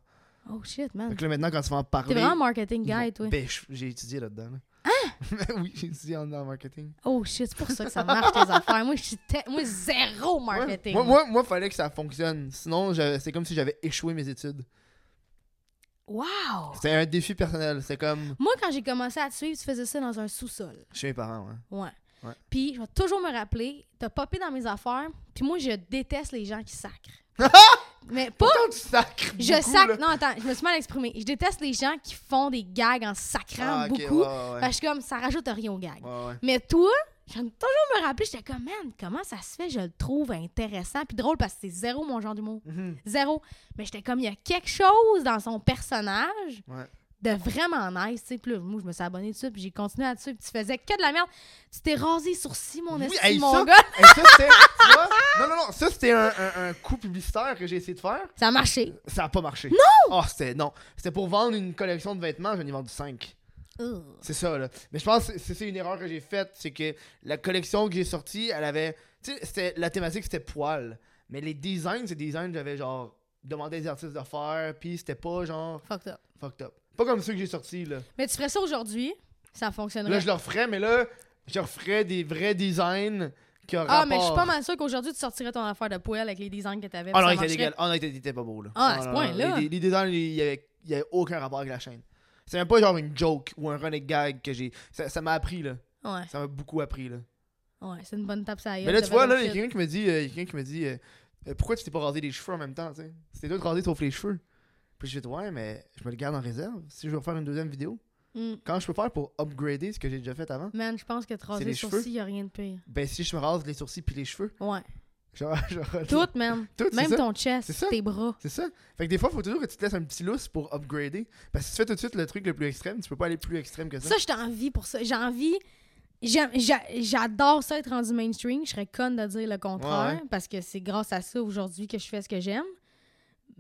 Oh shit, man. Donc là, maintenant, quand tu vas en parler. T'es vraiment marketing ils vont- guy, toi. Hein? Ben, je- j'ai étudié là-dedans. là. (laughs) oui, j'ai étudié en, en marketing. Oh shit, c'est pour ça que ça marche tes affaires. Moi, je suis te- moi zéro Ouais. marketing. Moi, moi, moi, fallait que ça fonctionne. Sinon, j'avais- c'est comme si j'avais échoué mes études. Wow! C'était un défi personnel. C'est comme Moi, quand j'ai commencé à te suivre, tu faisais ça dans un sous-sol. chez mes parents. ouais. Ouais. Ouais. Puis, je vais toujours me rappeler, t'as popé dans mes affaires, puis moi, je déteste les gens qui (laughs) sacrent. Mais pas. Oh! Quand tu sacres. Je beaucoup, sacre. là. Non, attends, je me suis mal exprimée. Je déteste les gens qui font des gags en sacrant Ah, ok, beaucoup. ouais, ouais, ouais. Parce que, comme, ça rajoute rien au gag. Ouais, ouais. Mais toi, j'aime toujours me rappeler, j'étais comme, man, comment ça se fait, je le trouve intéressant, puis drôle parce que c'est zéro mon genre d'humour. Mhm. Zéro. Mais j'étais comme, il y a quelque chose dans son personnage Ouais. de vraiment nice, tu sais. Puis là, moi, je me suis abonnée dessus, puis j'ai continué là-dessus, puis tu faisais que de la merde. Tu t'es rasé les sourcils, mon Oui, esti, hey, mon ça- gars. Hey, ça, c'était- tu vois, non, non, non. Ça, c'était un, un- un coup publicitaire que j'ai essayé de faire. Ça a marché. Ça a pas marché. Non! Oh, c'était. Non. C'était pour vendre une collection de vêtements. J'en ai vendu 5. Ugh. C'est ça, là. Mais je pense que c'est c'est une erreur que j'ai faite. C'est que la collection que j'ai sortie, elle avait. Tu sais, c'était- la thématique, c'était poil. Mais les designs, c'est des designs que j'avais genre demandé à des artistes de faire. Puis c'était pas genre Fucked up. fucked up. Pas comme ceux que j'ai sortis, là. Mais tu ferais ça aujourd'hui, ça fonctionnerait. Là, je leur ferais, mais là, je referais des vrais designs qui auraient. ah, mais je suis pas mal sûre qu'aujourd'hui, tu sortirais ton affaire de poêle avec les designs que t'avais. Ah puis non, ça il était marcherait. dégueulasse. Ah non, il était- il était pas beau, là. Ah, à Non, ce non, point-là. non. Les, les designs, il y avait, il y avait aucun rapport avec la chaîne. C'est même pas genre une joke ou un running gag que j'ai. Ça ça m'a appris, là. Ouais, Ça m'a beaucoup appris, là. ouais, c'est une bonne tape, ça Mais là, tu vois, là, il y a quelqu'un qui me dit, euh, il y a quelqu'un qui me dit euh, Euh, pourquoi tu t'es pas rasé les cheveux en même temps, tu sais? C'était toi de raser sauf les cheveux. Puis je dis, ouais, mais je me le garde en réserve si je veux faire une deuxième vidéo. Mm. Quand je peux faire pour upgrader ce que j'ai déjà fait avant? Man, je pense que te raser les les cheveux? sourcils, il a rien de pire. Ben, si je me rase les sourcils puis les cheveux, (laughs) Ouais. genre, genre- Tout, man. Tout, c'est Même ça. ton C'est chest, ça. tes bras. C'est ça. Fait que des fois, faut toujours que tu te laisses un petit lousse pour upgrader. Parce que si tu fais tout de suite le truc le plus extrême, tu peux pas aller plus extrême que ça. Ça, je t'envie pour ça. J'ai envie. j'aime- j'a- J'adore ça être rendu mainstream. Je serais conne de dire le contraire Ouais, parce que c'est grâce à ça aujourd'hui que je fais ce que j'aime.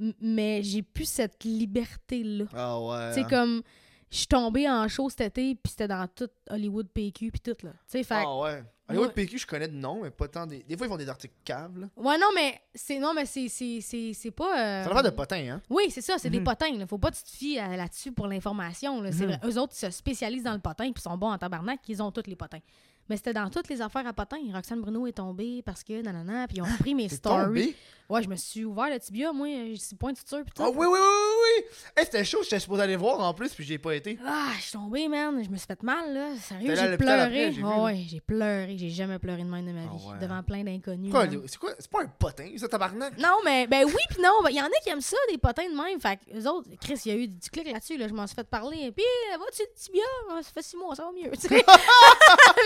M- Mais j'ai plus cette liberté-là. Ah ouais. Tu sais, comme. Je suis tombée en show cet été, puis c'était dans tout Hollywood PQ, puis tout, là. Tu sais, fait Ah ouais. Hollywood Ouais. PQ, je connais de nom, mais pas tant des. Des fois, ils font des articles caves, là. Ouais, non, mais c'est non, mais c'est c'est c'est c'est pas. euh, Ça a l'air de potin, hein. Oui, c'est ça, c'est des Mhm. potins. Là. Faut pas que tu te fies à- là-dessus pour l'information. là. C'est Mhm. vrai. Eux autres, ils se spécialisent dans le potin puis ils sont bons en tabarnak, ils ont tous les potins. Mais c'était dans toutes les affaires à potins. Roxane Bruno est tombée parce que nanana, puis ils ont pris mes Ah, T'es stories. tombé? Ouais, je me suis ouvert le tibia, moi, euh, j'ai six points de suture puis tout. Ah oui, oui, oui, oui, oui! Hey, c'était chaud, j'étais supposé aller voir en plus, puis j'ai pas été. Ah, je suis tombée, man. Je me suis fait mal, là. Sérieux, T'es allée à j'ai l'hôpital pleuré. après, j'ai vu, Ah là. ouais, j'ai pleuré. J'ai jamais pleuré de même de ma Ah vie. ouais. Devant plein d'inconnus. Quoi, man. C'est quoi? C'est pas un potin, ça, tabarnak? Non, mais ben oui, puis non. Il y en a qui aiment ça, des potins de même. Fait que eux autres, Chris, il y a eu du clic là-dessus. Là, je m'en suis fait parler. Puis, vas-tu le tibia? Ah, Ça fait six mois, ça va mieux. (laughs) tu (laughs) sais.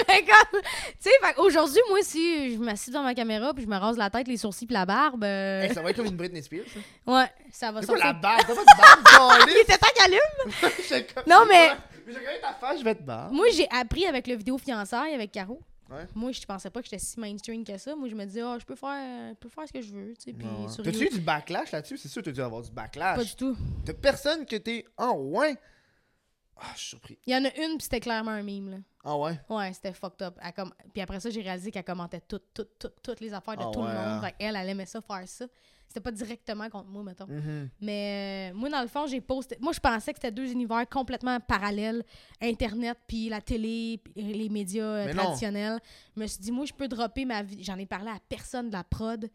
Mais comme, tu sais, fait qu'aujourd'hui, moi, si je m'assieds devant ma caméra, puis je me rase la tête, les sourcils, puis la barbe, euh, Hey, ça va être comme une Britney Spears. ça. ouais, ça (laughs) va C'est quoi sortir. la barbe? T'as pas de barbe, Il câlisse? était temps qu'il allume. (laughs) (laughs) J'étais comme- Non, mais- Mais j'ai regardé ta face, je vais te barbe. Moi, j'ai appris avec le vidéo fiançailles avec Caro. Ouais. Moi, je pensais pas que j'étais si mainstream que ça. Moi, je me disais, ah, je peux faire, je peux faire ce que je veux, tu sais, puis Ouais, ouais. sur T'as-tu eu YouTube, du backlash là-dessus? C'est sûr que t'as dû avoir du pas backlash. du tout. T'as personne que t'es en ouais. Ah, je suis surpris. Il y en a une, puis c'était clairement un mime, là. En ouais. Ouais, c'était fucked up. Elle com- Puis après ça, j'ai réalisé qu'elle commentait toutes, toutes, toutes, toutes les affaires de Ah tout ouais, le hein? monde. Fait qu'elle, elle aimait ça faire ça. C'était pas directement contre moi, mettons. Mhm. Mais euh, moi, dans le fond, j'ai posté. Moi, je pensais que c'était deux univers complètement parallèles Internet, puis la télé, puis les médias euh, Mais non. traditionnels. Je me suis dit, moi, je peux dropper ma vie. J'en ai parlé à personne de la prod.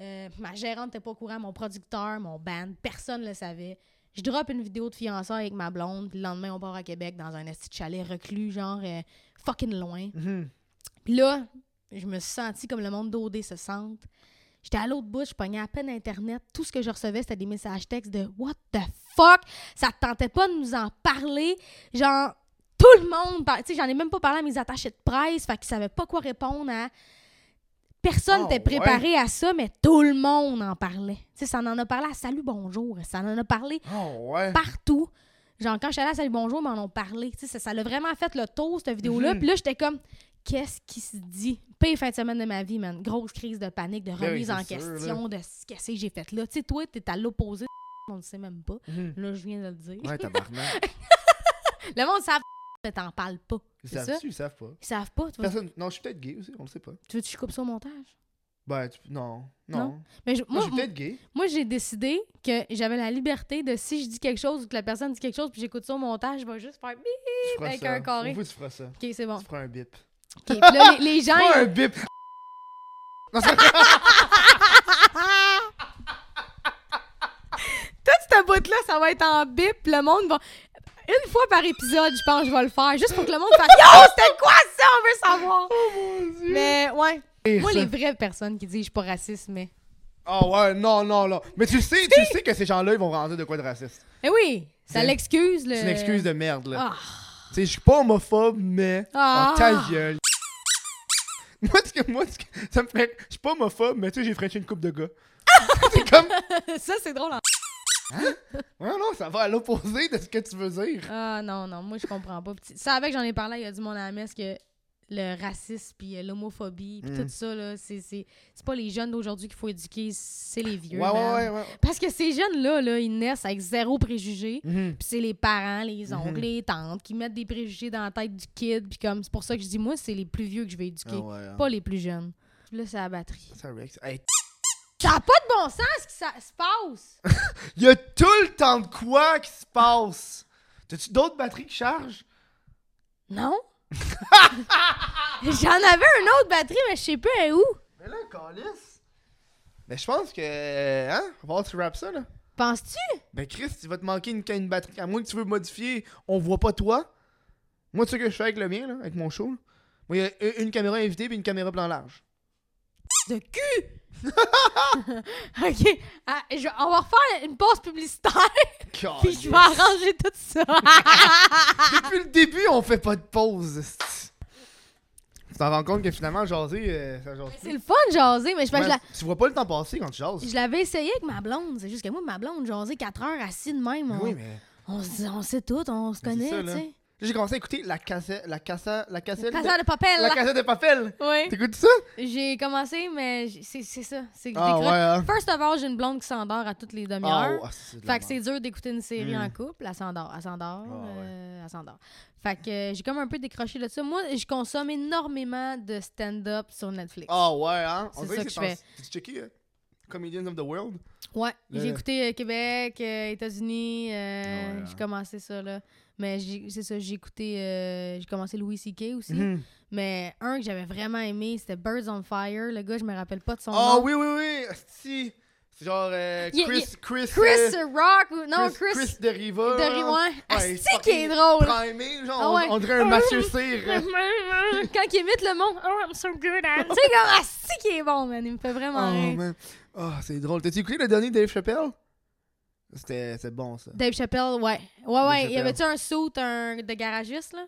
Euh, ma gérante n'était pas au courant, mon producteur, mon band, personne ne le savait. Je drop une vidéo de fiançailles avec ma blonde, puis le lendemain, on part à Québec dans un esti de chalet reclus, genre euh, fucking loin. Mhm. Puis là, je me suis sentie comme le monde d'OD se sente. J'étais à l'autre bout, je pognais à peine Internet. Tout ce que je recevais, c'était des messages textes de What the fuck? Ça te tentait pas de nous en parler? Genre, tout le monde. par- Tu sais, j'en ai même pas parlé à mes attachés de presse, fait qu'ils savaient pas quoi répondre à. Personne Ah, n'était préparé à ça, mais tout le monde en parlait. Tu sais, ça en a parlé à Salut Bonjour, ça en a parlé Oh, (laughs) ouais. partout. Genre, quand je suis allée à Salut Bonjour, ils m'en ont parlé. Tu sais, ça, ça l'a vraiment fait le tour, cette vidéo-là. Mhm. Puis là, j'étais comme, qu'est-ce qui se dit? Pire fin de semaine de ma vie, man. Grosse crise de panique, de Ben oui, remise c'est en sûr, question, de ce- qu'est-ce que j'ai fait là. Tu sais, toi, t'es à l'opposé. (laughs) On le sait même pas. Mhm. Là, je viens de le dire. (laughs) Ouais, tabarnak. Le monde savent, (laughs) mais t'en parles pas. Ils C'est savent ça? ils savent pas. Ils savent pas. Tu veux, Personne. Non, je suis peut-être gay aussi, on le sait pas. tu veux que je coupe ça au montage? Ben, tu- non. Non. Non. Mais je- moi, Moi, je suis peut-être gay. moi, j'ai décidé que j'avais la liberté de si je dis quelque chose ou que la personne dit quelque chose puis j'écoute ça au montage, je vais juste faire bip Tu feras avec ça. un carré. Au bout, tu feras ça. Ok, c'est bon. Tu feras un bip. Ok, puis là, les, les gens. (laughs) Pas ils- un bip. Toute (laughs) cette bout-là, ça va être en bip. Le monde va. Une fois par épisode, je pense que je vais le faire. Juste pour que le monde fasse Yo, c'était quoi ça? On veut savoir. Mais ouais. Moi, les vraies personnes qui disent je suis pas raciste, mais. Ah ouais, non, non, non. Mais tu sais, tu sais que ces gens-là, ils vont rendre de quoi de raciste. Eh oui, ça C'est- l'excuse. Le... C'est une excuse de merde, là. Euh, Ah. (laughs) Tu sais, je suis pas homophobe, mais. Ah. Oh, ta gueule. (laughs) Moi, ce que, moi, ce que- ça me ferait. Je suis pas homophobe, mais tu sais, j'ai frenché une coupe (laughs) de gars. c'est comme. ça, c'est drôle. hein. en- Non, non, ça va à l'opposé de ce que tu veux dire. Ah non, non, moi, je comprends pas. Petit- Ça, avec, j'en ai parlé, il y a du monde à la messe que le racisme puis euh, l'homophobie puis Mm. tout ça, là, c'est c'est- c'est pas les jeunes d'aujourd'hui qu'il faut éduquer, c'est les vieux. ouais, ouais, man. ouais, ouais. Parce que ces jeunes-là, là, ils naissent avec zéro préjugé. Mhm. Puis c'est les parents, les oncles, Mhm. les tantes qui mettent des préjugés dans la tête du kid. Puis comme, c'est pour ça que je dis, moi, c'est les plus vieux que je vais éduquer, Ah ouais, hein. pas les plus jeunes. Là, c'est la batterie. Ça, Rex. Hey, Ça n'a pas de bon sens ce qui ça- se (laughs) passe! Il y a tout le temps de quoi qui se passe. T'as-tu d'autres batteries qui chargent? Non? (laughs) J'en avais une autre batterie, mais je sais plus elle est où. Mais là, calice. Mais je pense que. Hein? On va voir si tu rappes ça, là. Penses-tu? Ben, Chris, il va te manquer une, une batterie. À moins que tu veux modifier, on voit pas toi. Moi, tu sais ce que je fais avec le mien, là, avec mon show. là? Moi, il y a une- une caméra invitée puis une caméra plan large. De cul! (laughs) ok, Ah, je- on va refaire une pause publicitaire, Oh, puis je vais Calice. arranger tout ça. (laughs) Depuis le début, on fait pas de pause. esti. Tu t'en rends compte que finalement, jaser, euh, ça jase c'est plus. le fun de jaser, mais je, je, Ouais, la, Tu vois pas le temps passer quand tu jases. Je l'avais essayé avec ma blonde. C'est juste que moi, ma blonde, jasait 4 heures assis de même. On, Oui, mais. on se dit- on sait tout, on se Mais c'est connaît, ça, tu là. sais. J'ai commencé à écouter la cassette. La cassette. La cassette. La salle de papel, La là. cassette de papel. (laughs) Oui. T'écoutes ça? J'ai commencé, mais j- c'est c'est ça. C'est que je Ah ouais, décroche. hein? First of all, j'ai une blonde qui s'endort à toutes les Ah, demi-heures. ouais, c'est de la Fait que c'est dur d'écouter une série Mm. en couple. Elle s'endort, elle s'endort, Ah ouais. euh, elle s'endort. Fait que euh, j'ai comme un peu décroché de ça. Moi, je consomme énormément de stand-up sur Netflix. Ah ouais, hein? C'est dirait ça que je en- T'as-tu checké euh, Comedians of the World? Ouais, Le- j'ai écouté euh, Québec, euh, États-Unis, euh, Ouais, hein. j'ai commencé ça là. Mais j'ai- c'est ça, j'ai écouté, euh, j'ai commencé Louis C.K. aussi. Mhm. Mais un que j'avais vraiment aimé, c'était Birds on Fire. Le gars, je me rappelle pas de son Ah nom. oui, oui, oui! asti. C'est genre euh, Il- Chris. Chris. Chris euh, Rock, ou- non Chris, Chris Deriva. de Riouan. Ouais, Asti qui est drôle. Primé, genre, Ah on- ouais. on dirait (laughs) un Mathieu Cyr. Quand il imite le monde, oh I'm so good (laughs) at. Tu sais comme Asti qui est bon, man. Il me fait vraiment Oh, rire. man. Ah, c'est drôle. T'as-tu écouté le dernier Dave Chappelle? C'était c'était bon, ça. Dave Chappelle, ouais. Ouais, ouais. Chappelle. Il y avait-tu un suit un... de garagiste, là?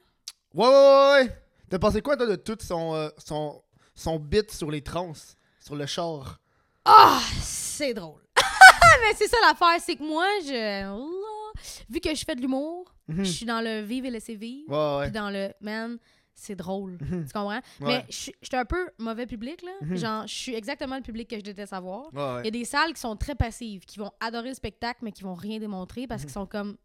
Ouais, ouais, ouais, ouais. T'as pensé quoi, toi, de tout son, euh, son, son bit sur les trans, sur le char? Ah, c'est drôle. (laughs) Mais c'est ça l'affaire, c'est que moi, je. Ouh, Vu que je fais de l'humour, Mhm. je suis dans le vivre et laisser vivre. Ouais, Puis ouais. Mhm. dans le man, c'est drôle. Tu comprends? Ouais. Mhm. Mais je suis j'étais un peu mauvais public, là. Genre, je suis exactement le public que je déteste avoir. Ouais, ouais. Il y a des salles qui sont très passives, qui vont adorer le spectacle, mais qui vont rien démontrer parce qu'ils Mhm. sont comme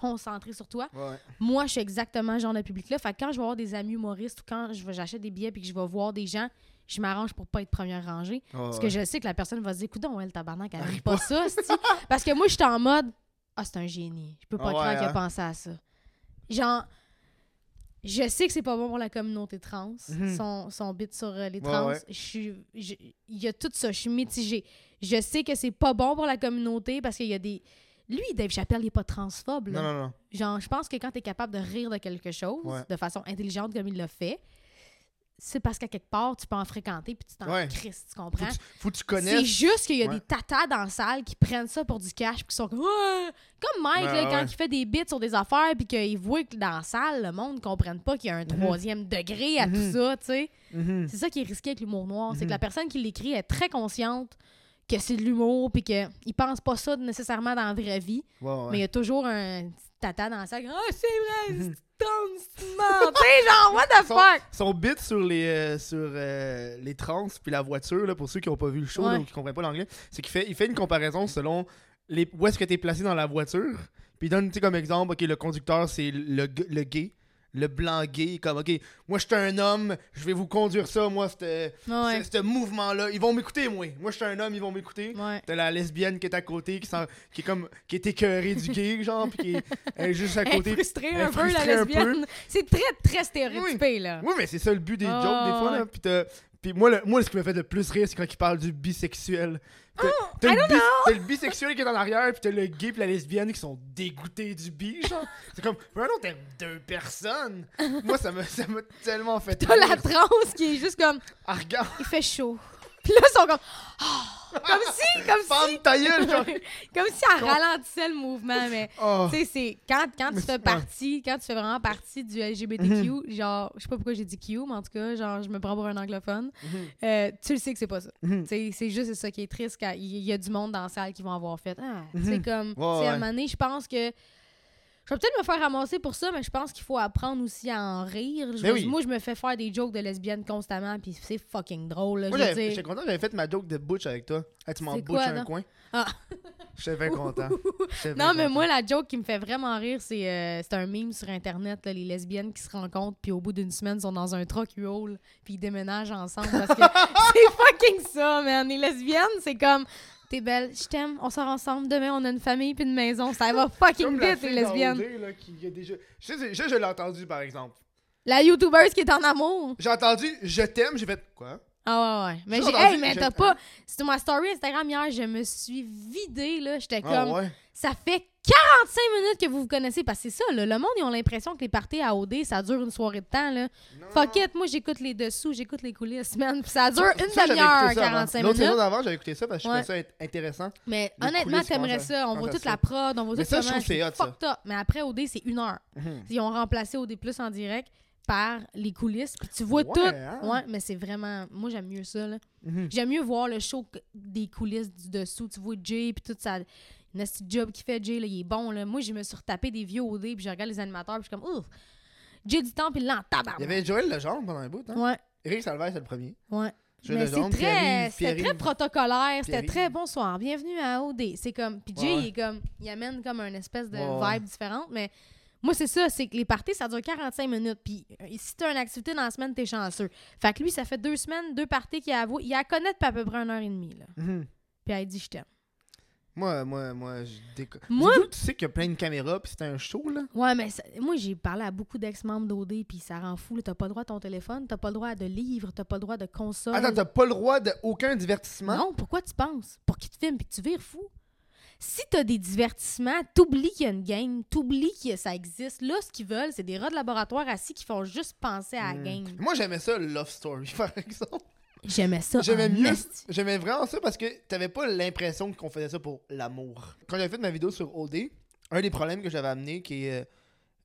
concentrés sur toi. Ouais, ouais. Moi, je suis exactement ce genre de public-là. Fait que quand je vais avoir des amis humoristes ou quand je vais- j'achète des billets puis que je vais voir des gens, je m'arrange pour pas être première rangée. Ouais, Parce ouais. que je sais que la personne va se dire, coudon, elle, tabarnak, elle aime pas ça, c'ti. Parce que moi, j'étais en mode, ah, c'est un génie. Je peux pas Ah croire ouais, qu'il a hein? pensé à ça. Genre, je sais que c'est pas bon pour la communauté trans, Mhm. son, son bit sur euh, les Ouais, trans. ouais. Je suis- je- Il y a tout ça, je suis mitigée. Je sais que c'est pas bon pour la communauté parce qu'il y a des. Lui, Dave Chappelle, il est pas transphobe. là. Non, non, non. Genre, je pense que quand tu es capable de rire de quelque chose Ouais. de façon intelligente comme il le fait, c'est parce qu'à quelque part, tu peux en fréquenter puis tu t'en Ouais. crisses, tu Faut comprends? que tu- faut que tu C'est connaisses. juste qu'il y a Ouais. des tatas dans la salle qui prennent ça pour du cash puis qui sont comme Ouais! comme Mike Ouais, là, ouais, quand ouais. il fait des bits sur des affaires puis qu'il voit que dans la salle le monde comprenne pas qu'il y a un troisième degré à Mhm. tout ça, tu sais. Mhm. C'est ça qui est risqué avec l'humour noir, c'est Mhm. que la personne qui l'écrit est très consciente que c'est de l'humour puis que il pense pas ça nécessairement dans la vraie vie, Ouais, ouais. mais il y a toujours un petit tata dans la salle. Ah c'est Mhm. vrai, c'est tonne, c'est mort. (laughs) Tu sais, genre what the Son- fuck. Son bit sur les, euh, sur, euh, les trans puis la voiture, là, pour ceux qui n'ont pas vu le show Ouais. là, ou qui comprennent pas l'anglais, c'est qu'il fait, il fait une comparaison selon les, où est-ce que tu es placé dans la voiture. Puis il donne tu sais, comme exemple, OK, le conducteur, c'est le, g- le gay. Le blanc gay, comme, OK, moi, je suis un homme, je vais vous conduire ça, moi, ce Ouais. ce- ce mouvement-là. Ils vont m'écouter, moi. Moi, je suis un homme, ils vont m'écouter. Ouais. T'as la lesbienne qui est à côté, qui, s'en- qui est comme, qui est écœurée du gay, genre, puis qui est elle est juste à Elle est côté. frustrée elle est un peu, la frustrée un peu. lesbienne. C'est très, très stéréotypé, là. Oui, mais c'est ça le but des Ah, jokes, des fois. ouais. Là. Puis, t'as- puis moi, le- moi, ce qui me fait le plus rire, c'est quand ils parlent du bisexuel. T'as t'as Oh, I le, don't bis- know. t'as le bisexuel qui est en arrière, puis t'as le gay puis la lesbienne qui sont dégoûtés du bi, genre. c'est comme, mais non, t'aimes deux personnes. moi, ça m'a ça m'a tellement fait T'as la rire. transe qui est juste comme, Ah, (laughs) regarde, il fait chaud. Puis là, ils sont comme, Ah! comme si, comme si, ferme ta (laughs) gueule, genre. comme si elle ralentissait le mouvement, mais... Oh. Tu sais, c'est quand, quand Mais tu c'est- fais Mhm. partie, quand tu fais vraiment partie du LGBTQ, genre, je sais pas pourquoi j'ai dit Q, mais en tout cas, genre, je me prends pour un anglophone, euh, tu le sais que c'est pas ça. Mhm. Tu sais, c'est juste ça qui est triste quand il y a du monde dans la salle qui vont avoir fait. Ah, tu sais, Mhm. comme, tu sais, ouais. à un moment donné, je pense que. Je vais peut-être me faire ramasser pour ça, mais je pense qu'il faut apprendre aussi à en rire. Je Mais veux- Ben oui. Moi, je me fais faire des jokes de lesbiennes constamment, puis c'est fucking drôle. là, Moi, je veux j'avais- dire. j'étais content, j'avais fait ma joke de butch avec toi. Ah, tu m'en C'est butch quoi, un non? coin. Ah. J'étais bien content. (laughs) J'étais bien Non, mais content. moi, la joke qui me fait vraiment rire, c'est euh, c'est un meme sur Internet, là, les lesbiennes qui se rencontrent, puis au bout d'une semaine, sont dans un truck U-Haul, puis ils déménagent ensemble. Parce (laughs) que (laughs) c'est fucking ça, man. Les lesbiennes, c'est comme. T'es belle, je t'aime, on sort ensemble, demain on a une famille puis une maison, ça (laughs) va fucking Comme la vite les fille dans lesbiennes. OD, là, qui a déjà... Je sais- je- je l'ai entendu, par exemple. La youtubeuse qui est en amour. J'ai entendu je t'aime, j'ai fait quoi Ah ouais ouais, mais J'ai j'ai entendu, hey, mais j'ai- t'as pas c'était ma story Instagram hier, je me suis vidée là, j'étais comme Ah ouais. Ça fait 45 minutes que vous vous connaissez. Parce que c'est ça, là, le monde, ils ont l'impression que les parties à OD, ça dure une soirée de temps. Là. Fuck it, moi, j'écoute les dessous, j'écoute les coulisses, (laughs) man. Puis ça dure Ça, une ça, j'avais demi-heure, écouté ça avant. 45 L'autre minutes. saison d'avant, j'avais écouté ça parce que Ouais. je trouvais ça être intéressant. Mais Les honnêtement, coulisses, je t'aimerais pense à- ça. On je voit pense à toute ça. la prod, on voit Mais tout ça, je comment trouve que c'est hot, ça. fucked up. Mais après, OD, c'est une heure. Mhm. Ils ont remplacé OD Plus en direct par les coulisses. Puis tu vois Ouais, tout. hein? Ouais, mais c'est vraiment. Moi, j'aime mieux ça, là. Mhm. J'aime mieux voir le show que- des coulisses du dessous. Tu vois Jay, puis tout ça. Nasty job qu'il fait, Jay, là, il est bon, là. Moi, je me suis retapé des vieux OD, puis je regarde les animateurs, puis je suis comme, ouf, Jay du temps, puis là, en Il y tabarnak. avait Joël Legendre pendant un bout. Hein? Ouais, Éric Salvaire, c'est le premier. ouais. Joël Mais c'est Legendre, très, Pierre-Yves- c'était très Pierre-Yves. protocolaire, c'était Pierre-Yves. très bonsoir, bienvenue à OD. C'est comme, puis Jay, Ouais, ouais. il est comme, il amène comme une espèce de Ouais, ouais. vibe différente, mais moi, c'est ça, c'est que les parties, ça dure 45 minutes, puis euh, si t'as une activité dans la semaine, t'es chanceux. Fait que lui, ça fait deux semaines, deux parties qu'il a avoué, il a connaître pas à peu près une heure et demie, là. Mhm. Puis elle dit, je t'aime. Moi, moi, moi, je déco- Moi- Dis-donc, tu sais qu'il y a plein de caméras puis c'était un show, là. Ouais, mais ça- moi, j'ai parlé à beaucoup d'ex-membres d'OD, puis ça rend fou. là. T'as pas le droit à ton téléphone, t'as pas le droit à de livres, t'as pas le droit de console. Attends, t'as pas le droit d'aucun divertissement. Non, pourquoi tu penses? Pour qu'ils te filment, puis que tu vires fou. Si t'as des divertissements, t'oublies qu'il y a une gang, t'oublies que ça existe. Là, ce qu'ils veulent, c'est des rats de laboratoire assis qui font juste penser à la Hmm. gang. Moi, j'aimais ça, Love Story, (laughs) par exemple. J'aimais ça. J'aimais en mieux. esti. J'aimais vraiment ça parce que t'avais pas l'impression qu'on faisait ça pour l'amour. Quand j'avais fait ma vidéo sur OD, un des problèmes que j'avais amené, qui est euh,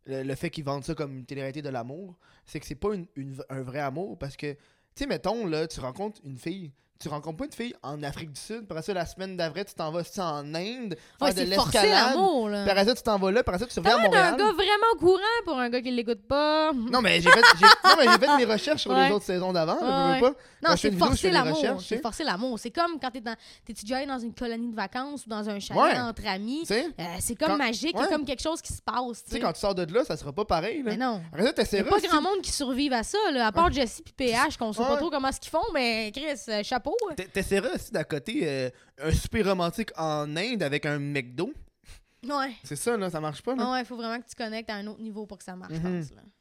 le, le fait qu'ils vendent ça comme une télé de l'amour, c'est que c'est pas une- une- un vrai amour parce que, tu sais, mettons, là, tu rencontres une fille. Tu rencontres pas une fille en Afrique du Sud, par ça, la semaine d'après, tu t'en vas tu sais, en Inde, faire Ouais, de c'est forcé l'escalade. l'amour, là. Par ça, tu t'en vas là, par ça, tu reviens à T'as l'air d'un Montréal. gars vraiment au courant pour un gars qui l'écoute pas. Non, mais j'ai fait, j'ai- non, mais j'ai fait mes recherches sur Ouais. les autres saisons d'avant. Ouais, là, je veux ouais. pas. Non, Quand je fais c'est une vidéo, je fais forcer des l'amour. recherches, hein. C'est tu sais. forcer l'amour. C'est comme quand t'es dans. T'es-tu déjà allé dans une colonie de vacances ou dans un chalet Ouais. entre amis? Tu sais, Euh, c'est comme Quand- magique, il y a ouais. comme quelque chose qui se passe. tu sais, quand tu sors de là, ça sera pas pareil. Là. Mais non. Après ça, Il n'y t'essaieras. a pas si- grand monde qui survive à ça, là, à part Jessie puis PH, qu'on sait pas Ouais. trop comment ce qu'ils font, mais Chris, euh, chapeau. t'e- T'essaieras aussi d'à côté euh, un super romantique en Inde avec un McDo. Ouais. C'est ça, là, ça marche pas. Là. Ah ouais, il faut vraiment que tu connectes à un autre niveau pour que ça marche, je Mhm. pense. Là. Moi,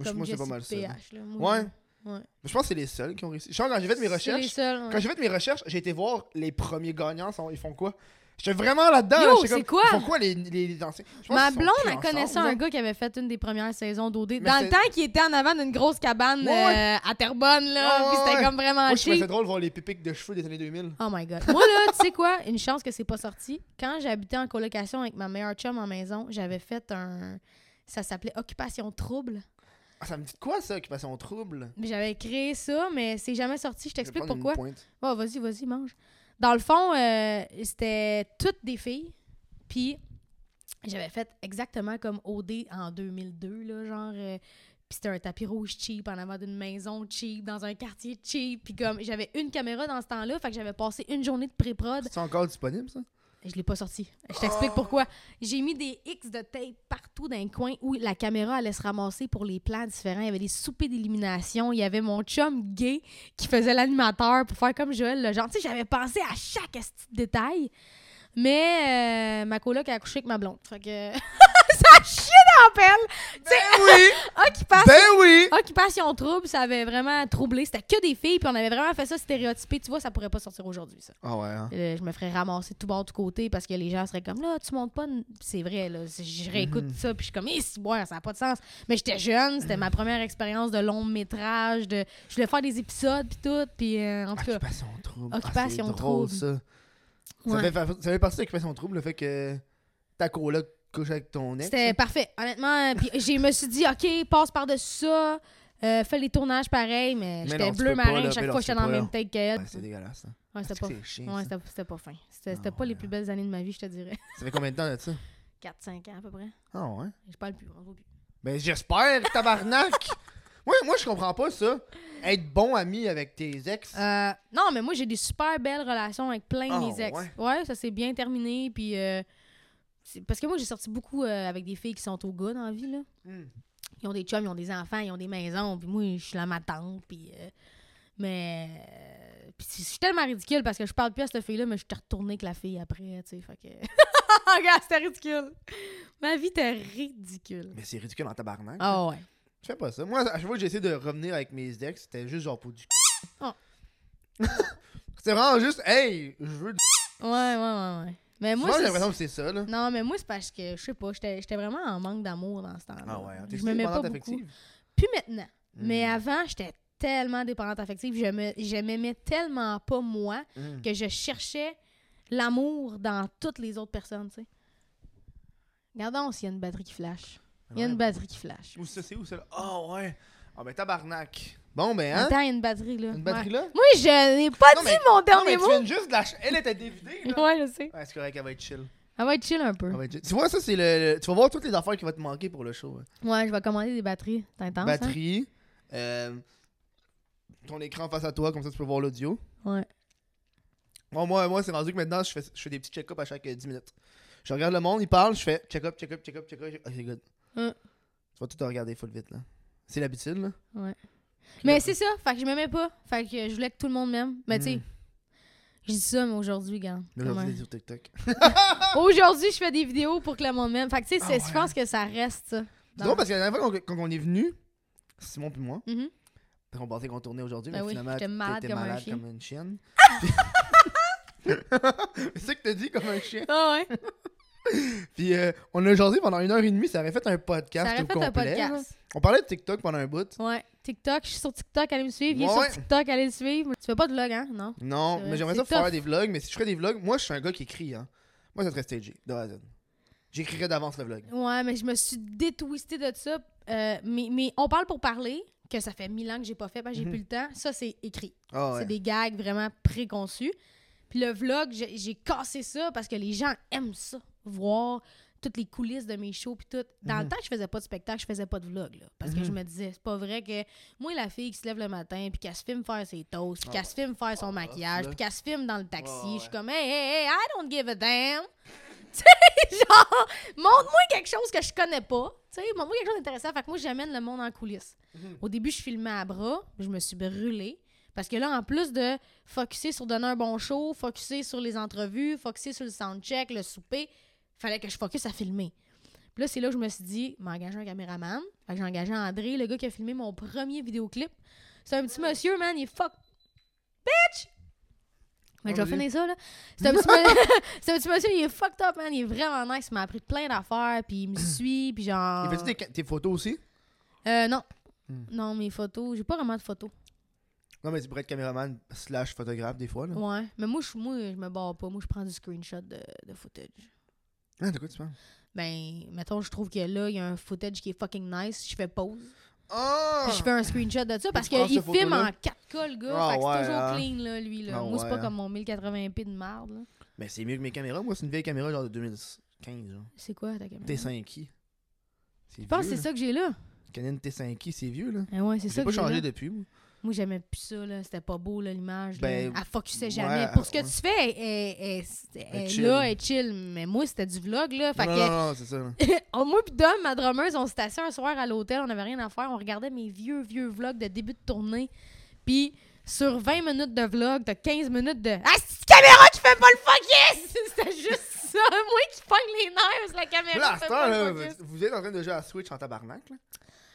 je- Comme moi, c'est Jessie pas mal ça. puis là. PH, là. Moi, Ouais. Mais Je pense que c'est les seuls qui ont réussi. Je pense que quand j'ai fait mes C'est les recherches, seuls, ouais. quand j'ai fait mes recherches, j'ai été voir les premiers gagnants, sont- ils font quoi J'étais vraiment là-dedans. Yo, là, j'étais c'est comme, quoi? Pourquoi les, les, les anciens. Je pense Ma qu'ils sont blonde, plus elle ensemble, connaissait là. un gars qui avait fait une des premières saisons d'OD. Mais Dans le c'est- temps qu'il était en avant d'une grosse cabane Ouais, ouais. euh, à Terrebonne, là. Ouais, ouais, puis c'était ouais. comme vraiment Moi, je trouvais cheap. ça drôle de voir les pépiques de cheveux des années 2000. Oh my god. Moi, là, tu sais quoi? Une chance que c'est pas sorti. Quand j'habitais en colocation avec ma meilleure chum en maison, j'avais fait un. Ça s'appelait Occupation Trouble. Ah, ça me dit de quoi ça, Occupation Trouble Mais J'avais créé ça, mais c'est jamais sorti. Je Je vais t'explique prendre une pourquoi. pointe. Oh, vas-y, vas-y, mange. Dans le fond, euh, c'était toutes des filles. Puis j'avais fait exactement comme OD en 2002, là, genre. euh, puis c'était un tapis rouge cheap en avant d'une maison cheap, dans un quartier cheap. Puis comme j'avais une caméra dans ce temps-là, fait que j'avais passé une journée de pré-prod. C'est encore disponible ça Je l'ai pas sorti. Je t'explique pourquoi. J'ai mis des X de tape partout dans les coins où la caméra allait se ramasser pour les plans différents. Il y avait des soupers d'élimination. Il y avait mon chum gay qui faisait l'animateur pour faire comme Joël le genre. Tu sais, j'avais pensé à chaque esti de détail. Mais euh, ma coloc a accouché avec ma blonde. Fait que (laughs) ça chie dans la pelle. Ben oui! Occupation, (laughs) Ben oui Occupation trouble, ça avait vraiment troublé. C'était que des filles, puis on avait vraiment fait ça stéréotypé. Tu vois, ça pourrait pas sortir aujourd'hui, ça. Ah ouais, hein. Là, Euh, je me ferais ramasser de tout bord, de tout côté parce que les gens seraient comme là, tu montes pas. une- C'est vrai, là. C'est- Je réécoute Mhm. ça, puis je suis comme, eh, c'est bon, ça n'a pas de sens. Mais j'étais jeune, c'était ma première expérience de long métrage. De... Je voulais faire des épisodes, puis tout. Puis euh, en tout cas, Occupation Trouble. Occupation ah, c'est Trouble. drôle, ça. Ça, Ouais. fait, fa- ça fait partie d'Occupation Trouble, le fait que ta coloc couche avec ton ex. c'était là. parfait. Honnêtement, euh, puis je me suis dit, OK, passe par-dessus ça, euh, fais les tournages pareil, mais, Mais j'étais non, tu bleu peux pas, marin là, chaque fois ben non, que j'étais tu dans peux le même pas, take qu'elle. Ouais, c'est dégueulasse. hein. Ouais, c'était Est-ce pas, que C'est chiant. ouais, ça? c'était c'était pas fin. C'était c'était Ah, pas les ouais. plus belles années de ma vie, je te dirais. Ça fait combien de temps de ça 4-5 ans à peu près. Ah ouais. Je parle plus, on voit plus. (laughs) Ben j'espère, tabarnak Moi, moi je comprends pas ça. Être bon ami avec tes ex. Euh, non, mais moi, j'ai des super belles relations avec plein de Ah, mes ex. Ouais, ça s'est bien terminé. Puis, euh, c'est- parce que moi, j'ai sorti beaucoup euh, avec des filles qui sont au gars dans la vie. Là. Hmm. Ils ont des chums, ils ont des enfants, ils ont des maisons. Puis moi, je suis là ma tante. Puis, euh, mais euh, puis je suis tellement ridicule parce que je parle plus à cette fille-là, mais je suis retournée avec la fille après. Tu sais, fait que... (laughs) Regarde, c'était ridicule. Ma vie était ridicule. Mais c'est ridicule en tabarnak. Ah ouais. Je fais pas ça. Moi, à chaque fois que j'ai essayé de revenir avec mes ex, c'était juste genre pour du c. Oh. c'était vraiment juste, hey, je veux du c. Ouais, ouais, ouais. ouais. Mais moi, Souvent, j'ai c'est- l'impression que c'est ça, là. Non, mais moi, c'est parce que, je sais pas, j'étais j'étais vraiment en manque d'amour dans ce temps-là. Ah ouais, hein, t'es je me mets pas dépendante beaucoup. affective. Plus maintenant. Hmm. Mais avant, j'étais tellement dépendante affective. Je me- je m'aimais tellement pas moi Hmm. que je cherchais l'amour dans toutes les autres personnes, tu sais. Regardons s'il y a une batterie qui flash. Il y a une batterie qui flash. Où ça, c'est où ça, là? Ah ouais. Ah ben tabarnak. Bon, ben, hein. Attends, il y a une batterie, là. Une batterie Ouais. là? Moi, je n'ai pas Non, dit mais- mon Non, dernier mais tu mot. viens juste de la. ch- Elle était dévidée, là. Ah Ouais, je sais. Ouais, c'est correct, elle va être chill. Elle va être chill un peu. Elle va être chill. Tu vois, ça, c'est le. le- Tu vas voir toutes les affaires qui vont te manquer pour le show. hein. Ouais, je vais commander des batteries. T'es intense, hein? Batterie. euh, Ton écran face à toi, comme ça, tu peux voir l'audio. Ouais. Bon, moi, moi c'est rendu que maintenant, je fais, je fais des petits check-up à chaque euh, 10 minutes. Je regarde le monde, il parle, je fais check-up, check-up, check-up, check-up. check- Ok, good. Hum. Tu vas tout te regarder full vite, là. C'est l'habitude, là. Ouais. Puis Mais là, c'est ça, fait que je m'aimais pas. Fait que je voulais que tout le monde m'aime. Mais tu sais, Mm. je dis ça, mais aujourd'hui, gars. là, Aujourd'hui, c'est sur TikTok. Aujourd'hui, je fais des vidéos pour que le monde m'aime. Fait que tu sais, Ah c'est- ouais. je pense que ça reste ça. C'est drôle parce que la dernière fois, qu'on- quand on est venu, Simon puis moi, Mhm. on pensait qu'on tournait aujourd'hui, Ben mais oui, finalement, j'étais t'étais malade malade, comme un chien. comme une chienne. (laughs) c'est ça que t'as dit, comme un chien. Ah ouais, Puis euh, on a jasé pendant une heure et demie, ça aurait fait un podcast ça aurait au fait complet. un là. podcast. On parlait de TikTok pendant un bout. Ouais, TikTok, je suis sur TikTok, allez me suivre. Il est Ouais. sur TikTok, allez le suivre. Tu fais pas de vlog, hein? Non. Non, C'est vrai, mais j'aimerais c'est ça faire tough. des vlogs, mais si je ferais des vlogs, moi je suis un gars qui écrit, hein. Moi ça serait stagé, de A à Z. J'écrirais d'avance le vlog. Ouais, mais je me suis détwistée de ça. Euh, mais, mais on parle pour parler, que ça fait mille ans que j'ai pas fait, parce que j'ai Mhm. plus le temps. Ça, c'est écrit. Ah ouais. C'est des gags vraiment préconçus. Puis le vlog, j'ai j'ai cassé ça parce que les gens aiment ça. Voir toutes les coulisses de mes shows puis tout. Dans le Mhm. temps que je faisais pas de spectacle, je faisais pas de vlog. Là, parce que je Mhm. me disais, c'est pas vrai que moi, la fille qui se lève le matin puis qu'elle se filme faire ses toasts, puis Ah qu'elle se filme faire son Ah, maquillage, là. puis qu'elle se filme dans le taxi, Ouais, je suis ouais. comme, hey, hey, hey, I don't give a damn. (laughs) tu sais, genre, montre-moi quelque chose que je connais pas. Tu sais, montre-moi quelque chose d'intéressant. Fait que moi, j'amène le monde en coulisses. Mhm. Au début, je filmais à bras, je me suis brûlée. Parce que là, en plus de focusser sur donner un bon show, focusser sur les entrevues, focusser sur le soundcheck, le souper, fallait que je focus à filmer. Puis là, c'est là que je me suis dit, m'engager un caméraman. Fait que j'ai engagé André, le gars qui a filmé mon premier vidéoclip. C'est un petit monsieur, man, il est fuck. Bitch! Mais Non, je vais vas-y. finir ça, là. C'est un, petit monsieur- (laughs) c'est un petit monsieur, il est fucked up, man. Il est vraiment nice. Il m'a appris plein d'affaires, puis il (clears throat) me suit, puis genre. Il fait-tu des ca- tes photos aussi? Euh, non. Hmm. Non, mes photos. J'ai pas vraiment de photos. Non, mais tu pourrais être caméraman slash photographe des fois, là. Ouais. Mais moi, je, moi, je me barre pas. Moi, je prends du screenshot de, de footage. Ah, de quoi tu parles? Ben, mettons, je trouve que là, il y a un footage qui est fucking nice. Je fais pause. Ah! Puis je fais un screenshot de ça parce prends qu'il filme cette en photo-là. 4K, le gars. Ah fait que ouais, c'est toujours hein. clean, là, lui. Là. Ah moi, c'est pas ouais. comme mon 1080p de marde. là. Mais c'est mieux que mes caméras. Moi, c'est une vieille caméra genre de 2015, genre. C'est quoi ta caméra? T5i. C'est Mm-hmm. Je pense que vieux, c'est là. ça que j'ai là. Canon T5i, c'est vieux, là. Eh ouais, c'est ça J'ai que pas j'ai là. changé depuis, moi. Moi, j'aimais plus ça, là. C'était pas beau, là, l'image. Ben, là. elle focussait ouais, jamais. Pour ce que ouais. tu fais, elle, elle- elle- Elle elle chill. est là, elle est chill. Mais moi, c'était du vlog, là. Fait non, que, non, non, (laughs) c'est ça. là. on- Ah, moi pis Dom, ma drummeuse, on s'était assis un soir à l'hôtel, on avait rien à faire. On regardait mes vieux, vieux vlogs de début de tournée. Puis, sur 20 minutes de vlog, t'as 15 minutes de « Ah, c'est une caméra qui fait pas le (laughs) focus! » C'était juste ça. Moi qui pogne les nerfs, c'est la caméra Là, à qui cette fait heure, pas là, le focus. vous êtes en train de jouer à Switch en tabarnak, là.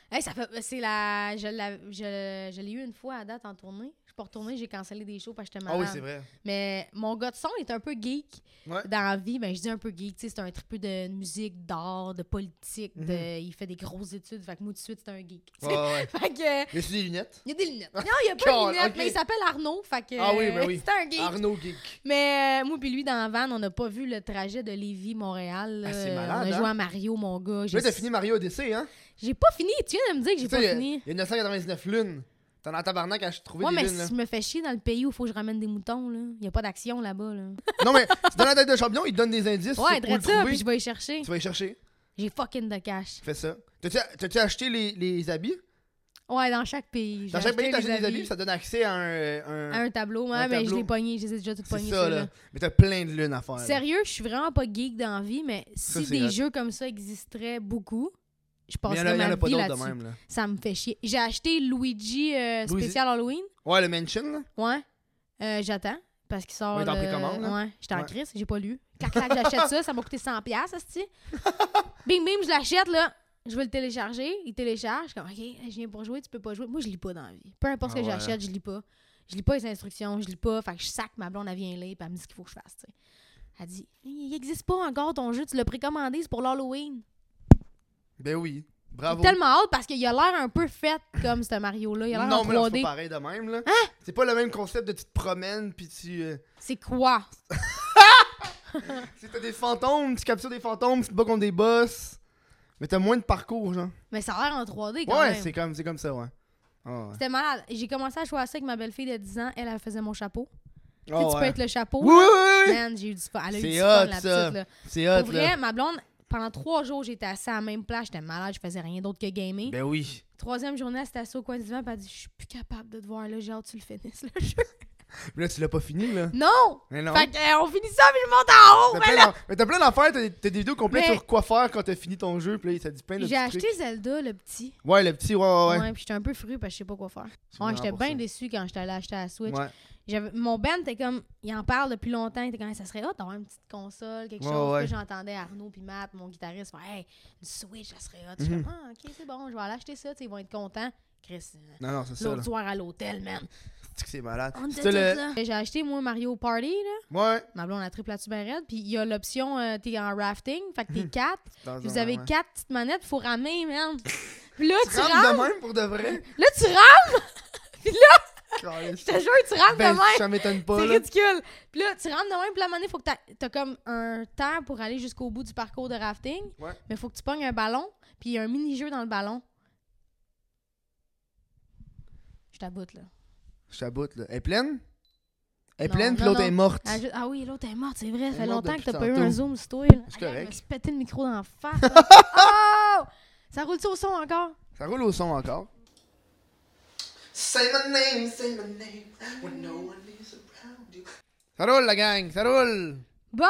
Hey, ça fait, c'est la, je, la- je, je l'ai eu une fois à date en tournée. Je suis pas retournée, j'ai cancellé des shows parce que j'étais Ah malade. oui, c'est vrai. Mais mon gars de son est un peu geek (laughs) Ouais. dans la vie. Ben, je dis un peu geek, tu sais, c'est un triple de musique, d'art, de politique. de- Il fait des grosses études. Fait que moi, tout de suite, c'est un geek. tu sais. Mhm. Ouais, ouais. (laughs) Fait que, euh, Mais c'est des lunettes. il y a des lunettes. Non, il y a pas de Colle, lunettes, ok. mais il s'appelle Arnaud. Fait que, Ah oui, euh, ben oui. c'est un geek. Arnaud Geek. Mais euh, moi puis lui, dans la van, on n'a pas vu le trajet de Lévis-Montréal. Ah, c'est Euh, malade, on a hein? joué à Mario, mon gars. J'ai, Là, t'as fini Mario Odyssey, hein? j'ai pas fini. Tu viens de me dire que j'ai Tu sais, pas il y a- fini. Il y a 999 lunes. T'en as en tabarnak à trouver Ouais, des mais lunes, là. si je me fais chier dans le pays où il faut que je ramène des moutons, là. Il n'y a pas d'action là-bas, (laughs) là. Non, mais tu donnes la tête de champion, il te donne des indices. Ouais, sur où le drette ça, trouver. puis je vais y chercher. Tu vas y chercher. J'ai fucking de cash. Fais ça. T'as-tu t'as-tu acheté les, les habits? Ouais, dans chaque pays. Dans j'ai chaque pays, acheté t'as acheté les des habits, habits puis ça donne accès à un. un- à un tableau, un ouais, mais je tableau. l'ai pogné, je les ai déjà toutes c'est pognées. ça, ceux-là. là. Mais t'as plein de lunes à faire. là. Sérieux, je suis vraiment pas geek dans la vie, mais Ça, si c'est des hot. jeux comme ça existeraient beaucoup, je Mais il y en a- passerais il y en ma a pas vie d'autres de là-dessus. même, là. Ça me fait chier. J'ai acheté Luigi euh, Luigi. spécial Halloween. Ouais, le mansion, là. Ouais. Euh, J'attends. Parce qu'il sort. Ouais, t'as le- pris commande, là? Ouais, j'étais en Ouais. crise, j'ai pas lu. Clac, clac, j'achète ça, ça m'a coûté 100$, piastres, asti. bing, bing, je l'achète, là. Je veux le télécharger. Il télécharge. Je suis comme, OK, je viens pour jouer, tu peux pas jouer. Moi, je lis pas dans la vie. Peu importe ce Ah que ouais. j'achète, je lis pas. Je lis pas les instructions, je lis pas. Fait que je sac ma blonde, elle vient lire, puis elle me dit ce qu'il faut que je fasse, tu sais. Elle dit, il existe pas encore ton jeu, tu l'as précommandé, c'est pour l'Halloween. Ben oui. Bravo. J'ai Tellement hâte parce qu'il a l'air un peu fait comme ce Mario-là. Il a l'air en Hein? Non, mais là, c'est 3D. pas pareil de même, là. C'est pas le même concept de tu te promènes, puis tu. euh, C'est quoi? Si t'as des fantômes, tu captures des fantômes, tu te bats contre des boss. Mais t'as moins de parcours, genre. Mais ça a l'air en 3D quand Ouais, même. c'est comme, c'est comme ça, ouais. Ah, ouais. C'était malade. J'ai commencé à jouer à ça avec ma belle-fille de 10 ans. Elle, elle faisait mon chapeau. Tu sais, Ah, tu peux ouais. être le chapeau. Oui, oui, oui, oui. Man, j'ai eu du fun. Elle a eu C'est du fun, la hot, petite. ça. Là. C'est Pour hot, vrai, là. ma blonde, pendant trois jours, j'étais assise à la même place. J'étais malade, je faisais rien d'autre que gamer. Ben oui. Troisième journée, elle s'était assise au coin du divan. puis Elle a dit Je suis plus capable de te voir. Là, j'ai hâte que tu le finisses, le (laughs) jeu. Mais là, tu l'as pas fini, là. Non Mais non. Fait qu'on finit ça, puis je monte en haut. Mais T'as plein là, d'en- Mais t'as plein d'affaires, t'as des, t'as des vidéos complètes Mais- sur quoi faire quand t'as fini ton jeu, puis là, ça dit plein de j'ai petits acheté trucs. Zelda, le petit. Ouais, le petit, ouais, ouais, ouais. Ouais, puis j'étais un peu fru parce que je sais pas quoi faire. C'est Ouais, j'étais 100%. bien déçue quand j'étais allée acheter à la Switch. Ouais. J'avais- mon band était comme il en parle depuis longtemps il était comme ça serait hot d'avoir une petite console quelque Ouais, chose ouais. Puis j'entendais Arnaud puis Matt mon guitariste faire hey une Switch ça serait hot je suis Mhm. comme ah ok c'est bon je vais aller acheter ça tu sais, ils vont être contents Chris euh, Non, non, c'est ça, là. l'autre soir à l'hôtel man C'est que c'est malade. on C'est était le- tous là. j'ai acheté moi Mario Party là Ouais. ma blonde a triple là-dessus ben raide. puis il y a l'option euh, t'es en rafting fait que Mhm. t'es quatre Dans puis un- vous avez ouais. quatre petites manettes faut ramer (laughs) man puis là tu, Tu rames rames de même pour (laughs) de vrai? là tu rames puis là je te jure tu rames Ben, de même ça m'étonne pas, C'est là. ridicule. Puis là, tu rentres de même, puis là, à un moment donné, faut que t'a- t'as comme un temps pour aller jusqu'au bout du parcours de rafting. Ouais. Mais faut que tu pognes un ballon, puis il y a un mini-jeu dans le ballon. Je t'aboute, là. Je t'aboute, là. Elle est pleine? Elle est Non, pleine, puis non, l'autre est non. morte. Ah, je- ah oui, l'autre est morte, c'est vrai. Ça Elle est fait morte longtemps que depuis t'as pas eu tantôt. un zoom sur toi, là. C'est Regarde, Je correct. me suis pété le micro dans la face. (laughs) là. oh! Ça roule-tu au son encore? Ça roule au son encore. Say my name, say my name when no one is around you. Ça roule, la gang, ça roule! Bon!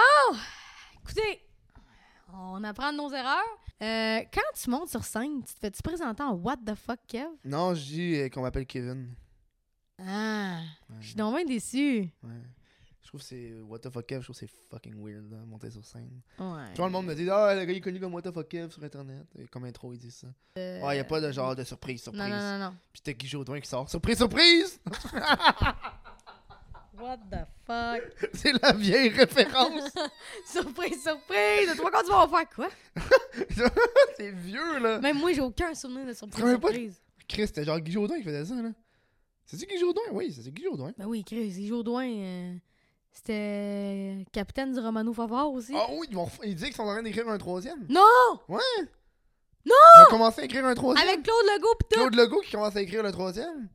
Écoutez, on apprend de nos erreurs. Euh, quand tu montes sur scène, tu te fais-tu présenter en What the fuck, Kev? Non, je dis euh, qu'on m'appelle Kevin. Ah, je suis donc bien déçue. Ouais. Je trouve que c'est. What the fuck, Kev, je trouve que c'est fucking weird, là, monter sur scène. Ouais. Tout le monde me dit, ah, le gars il est connu comme What the fuck, Kev sur internet. Et comme intro, ils disent ça. Euh, Ouais, y a pas de genre de surprise, surprise. Non, non, non, non. Puis t'as Guy Jodoin qui sort. Surprise, surprise! What the fuck? (laughs) (laughs) C'est la vieille référence. surprise, surprise! Toi, quand tu vas en faire quoi? c'est vieux, là. Même moi, j'ai aucun souvenir de surprise. Travaille pas- surprise. Chris, c'était genre Guy Jourdain qui faisait ça, là. C'est-tu Guy Jourdain? Oui, c'est Guy Jourdain. Ben oui, Chris, c'est Jourdouin. euh, C'était capitaine du Romano Favard aussi. Ah oui, ils, vont ref- ils disent qu'ils sont en train d'écrire un troisième. Non! Ouais. Non! Ils ont commencé à écrire un troisième. Avec Claude Legault pis tout! Claude Legault qui commence à écrire le troisième.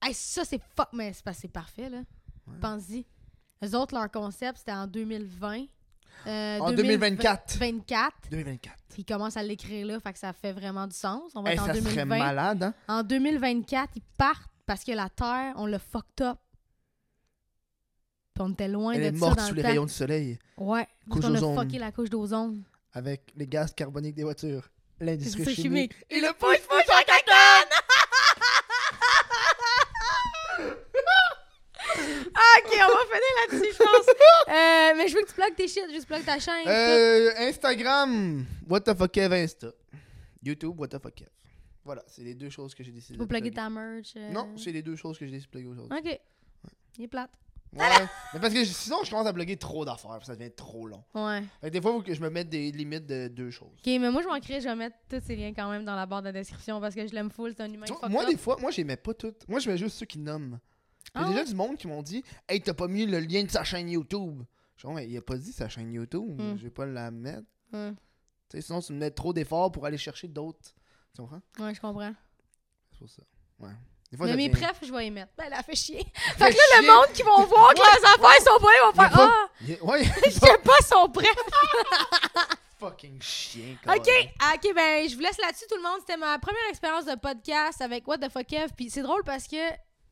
Hey, ça, c'est fuck, mais c'est pas- c'est parfait, là. Pense-y. Eux autres, leur concept, c'était en 2020. Euh, En 2024. 24. 2024. Puis ils commencent à l'écrire là, fait que ça fait vraiment du sens. On va Hey, être en ça serait 2020. malade, hein? En 2024, ils partent parce que la Terre, on l'a fucked up. Puis on était loin Elle de est ça morte dans sous le les temps. rayons du soleil Ouais, parce Couche qu'on a d'ozone. fucké la couche d'ozone. avec les gaz carboniques des voitures, l'industrie C'est chimique. chimique. et le pouce pouce Ah, (laughs) ok, on va finir là-dessus, je pense. Euh, mais je veux que tu plugues tes shit, juste plug ta chaîne. Euh, Instagram, what the fuck Kev Insta. YouTube, what the fuck Kev. Voilà, c'est les deux choses que j'ai décidé. Faut de plugger plugger. ta merch. euh. Non, c'est les deux choses que j'ai décidé de plugger aujourd'hui. Ok. Il est plate. Ouais, mais parce que j- sinon je commence à plugger trop d'affaires, puis ça devient trop long. Ouais. Fait que des fois, faut que je me mette des limites de deux choses. Ok, mais moi, je m'en crée, je vais mettre tous ces liens quand même dans la barre de description parce que je l'aime full, c'est un humain. Tu vois, fuck moi, up. des fois, moi, j'aimais pas tout. Moi, je mets juste ceux qui nomment. Il y Ah a déjà du monde qui m'ont dit Hey, t'as pas mis le lien de sa chaîne YouTube. Je suis mais il a pas dit sa chaîne YouTube. Hmm. Je vais pas la mettre. Ouais, Tu sais, sinon, tu me mets trop d'efforts pour aller chercher d'autres. Tu comprends Ouais, je comprends. C'est pour ça. Ouais. Des fois, mais ça mes devient- prefs, je vais y mettre. Ben, la fait (laughs) chier. Fait Fait que là, le chier. monde qui vont voir que leurs affaires sont pas là, ils vont Il y a faire Ah, pas- il y (laughs) a- Ouais, j'aime pas son pref. fucking chien, Ok, ah, ok, ben, je vous laisse là-dessus, tout le monde. C'était ma première expérience de podcast avec What the fuck Kev. Puis c'est drôle parce que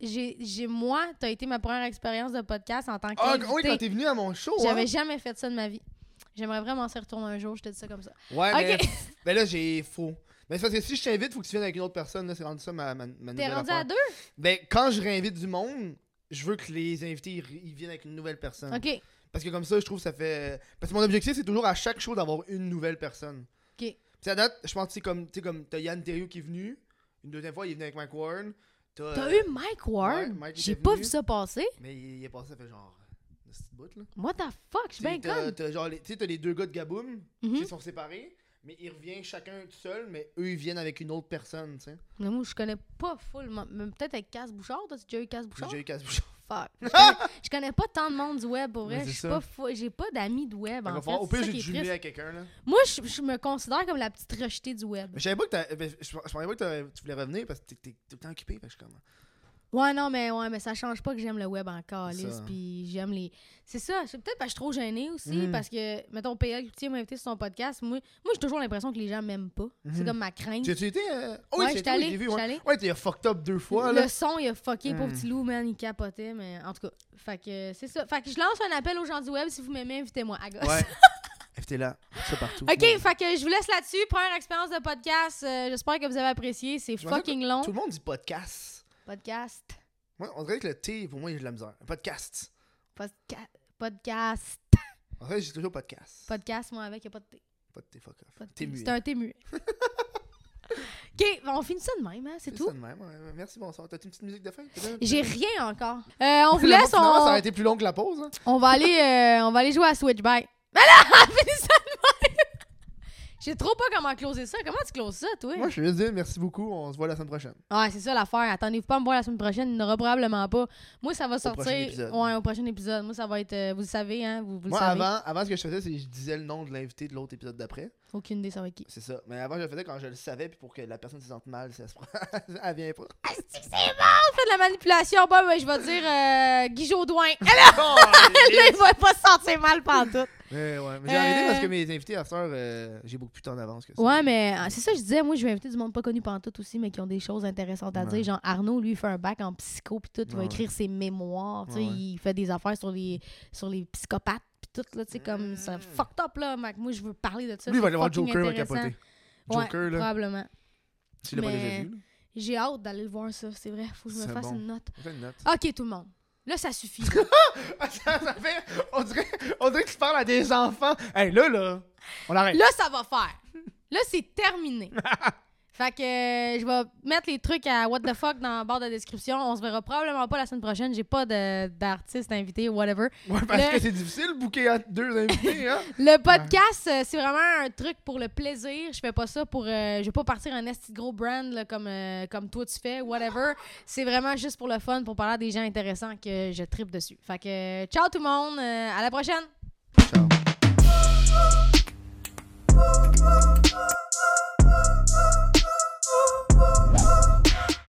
j'ai, j'ai moi, t'as été ma première expérience de podcast en tant Ah, qu'invité. oui, quand t'es venu à mon show. J'avais hein. jamais fait ça de ma vie. J'aimerais vraiment s'y retourner un jour, je te dis ça comme ça. hein. Ouais, mais, Ok. (laughs) mais là, j'ai faux. Mais c'est parce que si je t'invite, faut que tu viennes avec une autre personne. là, C'est rendu ça ma, ma, ma T'es nouvelle rendu affaire. à deux? Ben, quand je réinvite du monde, je veux que les invités ils, ri- ils viennent avec une nouvelle personne. Ok. Parce que comme ça, je trouve que ça fait. Parce que mon objectif, c'est toujours à chaque show d'avoir une nouvelle personne. Ok. Puis à date, je pense que c'est comme. Tu sais, comme t'as Yann Terriot qui est venu. Une deuxième fois, il est venu avec Mike Warren. T'as. T'as eu Mike Ward? Euh, ouais, Mike J'ai était pas venu. vu ça passer. Mais il, il est passé, ça fait genre. une petite bout, là. What the fuck? Je suis bien T'sais, t'as- conne. t'as genre les- Tu sais, t'as les deux gars de Gaboum ben Mhm. qui sont séparés, mais ils reviennent chacun tout seul, mais eux, ils viennent avec une autre personne, tu sais. Mais moi, je connais pas full. ma- mais Peut-être avec Cass Bouchard. T'as déjà eu Cass J'ai Bouchard? déjà eu (laughs) casse bouchon Fuck. Je connais, je connais pas tant de monde du web, pour Mais vrai. c'est Je suis ça. pas fou- J'ai pas d'amis de web, Ben, en fait. Au C'est pire, ça j'ai qui est jumelé triste. à quelqu'un, là. Moi, je, je me considère comme la petite rejetée du web. Mais je savais pas que t'as- ben, je- je pensais pas que t'aurais- tu voulais revenir parce que t'es t'es tout le temps occupé, parce que je suis comme. Ouais, non, mais ouais, mais ça change pas que j'aime le web en calice, ça. puis j'aime les... C'est ça, c'est peut-être parce que je suis trop gênée aussi, Mhm. parce que, mettons, PL Coutier m'a invité sur son podcast, moi, moi j'ai toujours l'impression que les gens m'aiment pas. C'est comme ma crainte. Mhm. Tu as-tu été. euh, Oh, Mm. Ouais, c'est j'étais toi, allée, j'ai vu, j'étais ouais. allée. Ouais, t'es fucked up deux fois, là. Le son, il a fucké, pauvre Hmm. petit loup, man, il capotait, mais en tout cas, fait que euh, c'est ça. Fait que je lance un appel aux gens du web, si vous m'aimez, invitez-moi, à gosse. Ouais. t'es là, ça partout. OK, Ouais. fait que je vous laisse là-dessus. Première expérience de podcast. euh, J'espère que vous avez apprécié. C'est Je me fucking long. Tout le monde dit podcast. Podcast. Moi, on dirait que le T, pour moi, j'ai de la misère. Podcast. Podca- Podcast. En fait, j'ai toujours podcast. Podcast, moi, avec, il a pas de thé. Pas de T, fuck off. Pas de T'es thé. muet. C'est un thé (laughs) muet. OK, on finit ça de même, hein, c'est C'est tout. ça de même, ouais. Merci, bonsoir. T'as-tu une petite musique de fin? J'ai rien encore. Euh, on vous laisse, Finalement, ça a on, été plus long que la pause. Hein. on va aller, euh, on va aller jouer à Switchback. Mais là, (laughs) finis ça de même. Je sais trop pas comment closer ça. Comment tu closes ça, toi? Moi, je vais juste dire merci beaucoup. On se voit la semaine prochaine. Ouais, c'est ça l'affaire. Attendez-vous pas à me voir la semaine prochaine. Il n'y en aura probablement pas. Moi, ça va sortir. prochain épisode. Ouais, au prochain épisode. Moi, ça va être. euh, vous le savez, hein? Vous, vous le Moi, savez. avant, avant, ce que je faisais, c'est que je disais le nom de l'invité de l'autre épisode d'après. Aucune idée, ça va être qui. C'est ça. Mais avant, je le faisais quand je le savais, puis pour que la personne se sente mal, si elle, se prend... (laughs) elle vient (laughs) pas. Asti que c'est bon! Fait de la manipulation. Bon, ben, je vais dire euh, Guy Jodoin. (laughs) Là, Oh, Caliste! il va pas se sentir mal pantoute. mais ouais, mais j'ai arrêté Euh. parce que mes invités à soeur, j'ai beaucoup plus temps d'avance que ça. Ouais, mais euh, c'est ça, je disais. Moi, je vais inviter du monde pas connu pantoute aussi, mais qui ont des choses intéressantes à Ouais. dire. Genre, Arnaud, lui, il fait un bac en psycho, puis tout. Il va Ouais, écrire ses mémoires. Tu sais, Ouais, ouais. il fait des affaires sur les, sur les psychopathes. puis Tout, là, tu sais, comme ça, Mm. fucked up, là, Mac. Moi, je veux parler de ça. Lui, il c'est va aller voir fucking Joker, il va intéressant. capoter. Ouais, Joker, là, Probablement. tu l'as pas mais- déjà vu. là. J'ai hâte d'aller le voir, ça, c'est vrai. Faut que je me C'est fasse bon. une note. Fais une note. Ok, tout le monde. Là, ça suffit. (laughs) là. Ah, ça, ça fait... on, dirait... on dirait que tu parles à des enfants. Hé, là, là, on arrête. là, ça va faire. Là, c'est terminé. Fait que euh, je vais mettre les trucs à What the fuck dans la barre de description. On se verra probablement pas la semaine prochaine. J'ai pas de- d'artiste invité, whatever. Ouais, parce Le- que c'est difficile de bouquer à deux invités, hein? Le podcast, euh, c'est vraiment un truc pour le plaisir. Je fais pas ça pour. euh, je vais pas partir un esti de gros brand là, comme, euh, comme toi tu fais, whatever. C'est vraiment juste pour le fun, pour parler à des gens intéressants que je tripe dessus. Fait que euh, ciao tout le monde, euh, à la prochaine! Ciao.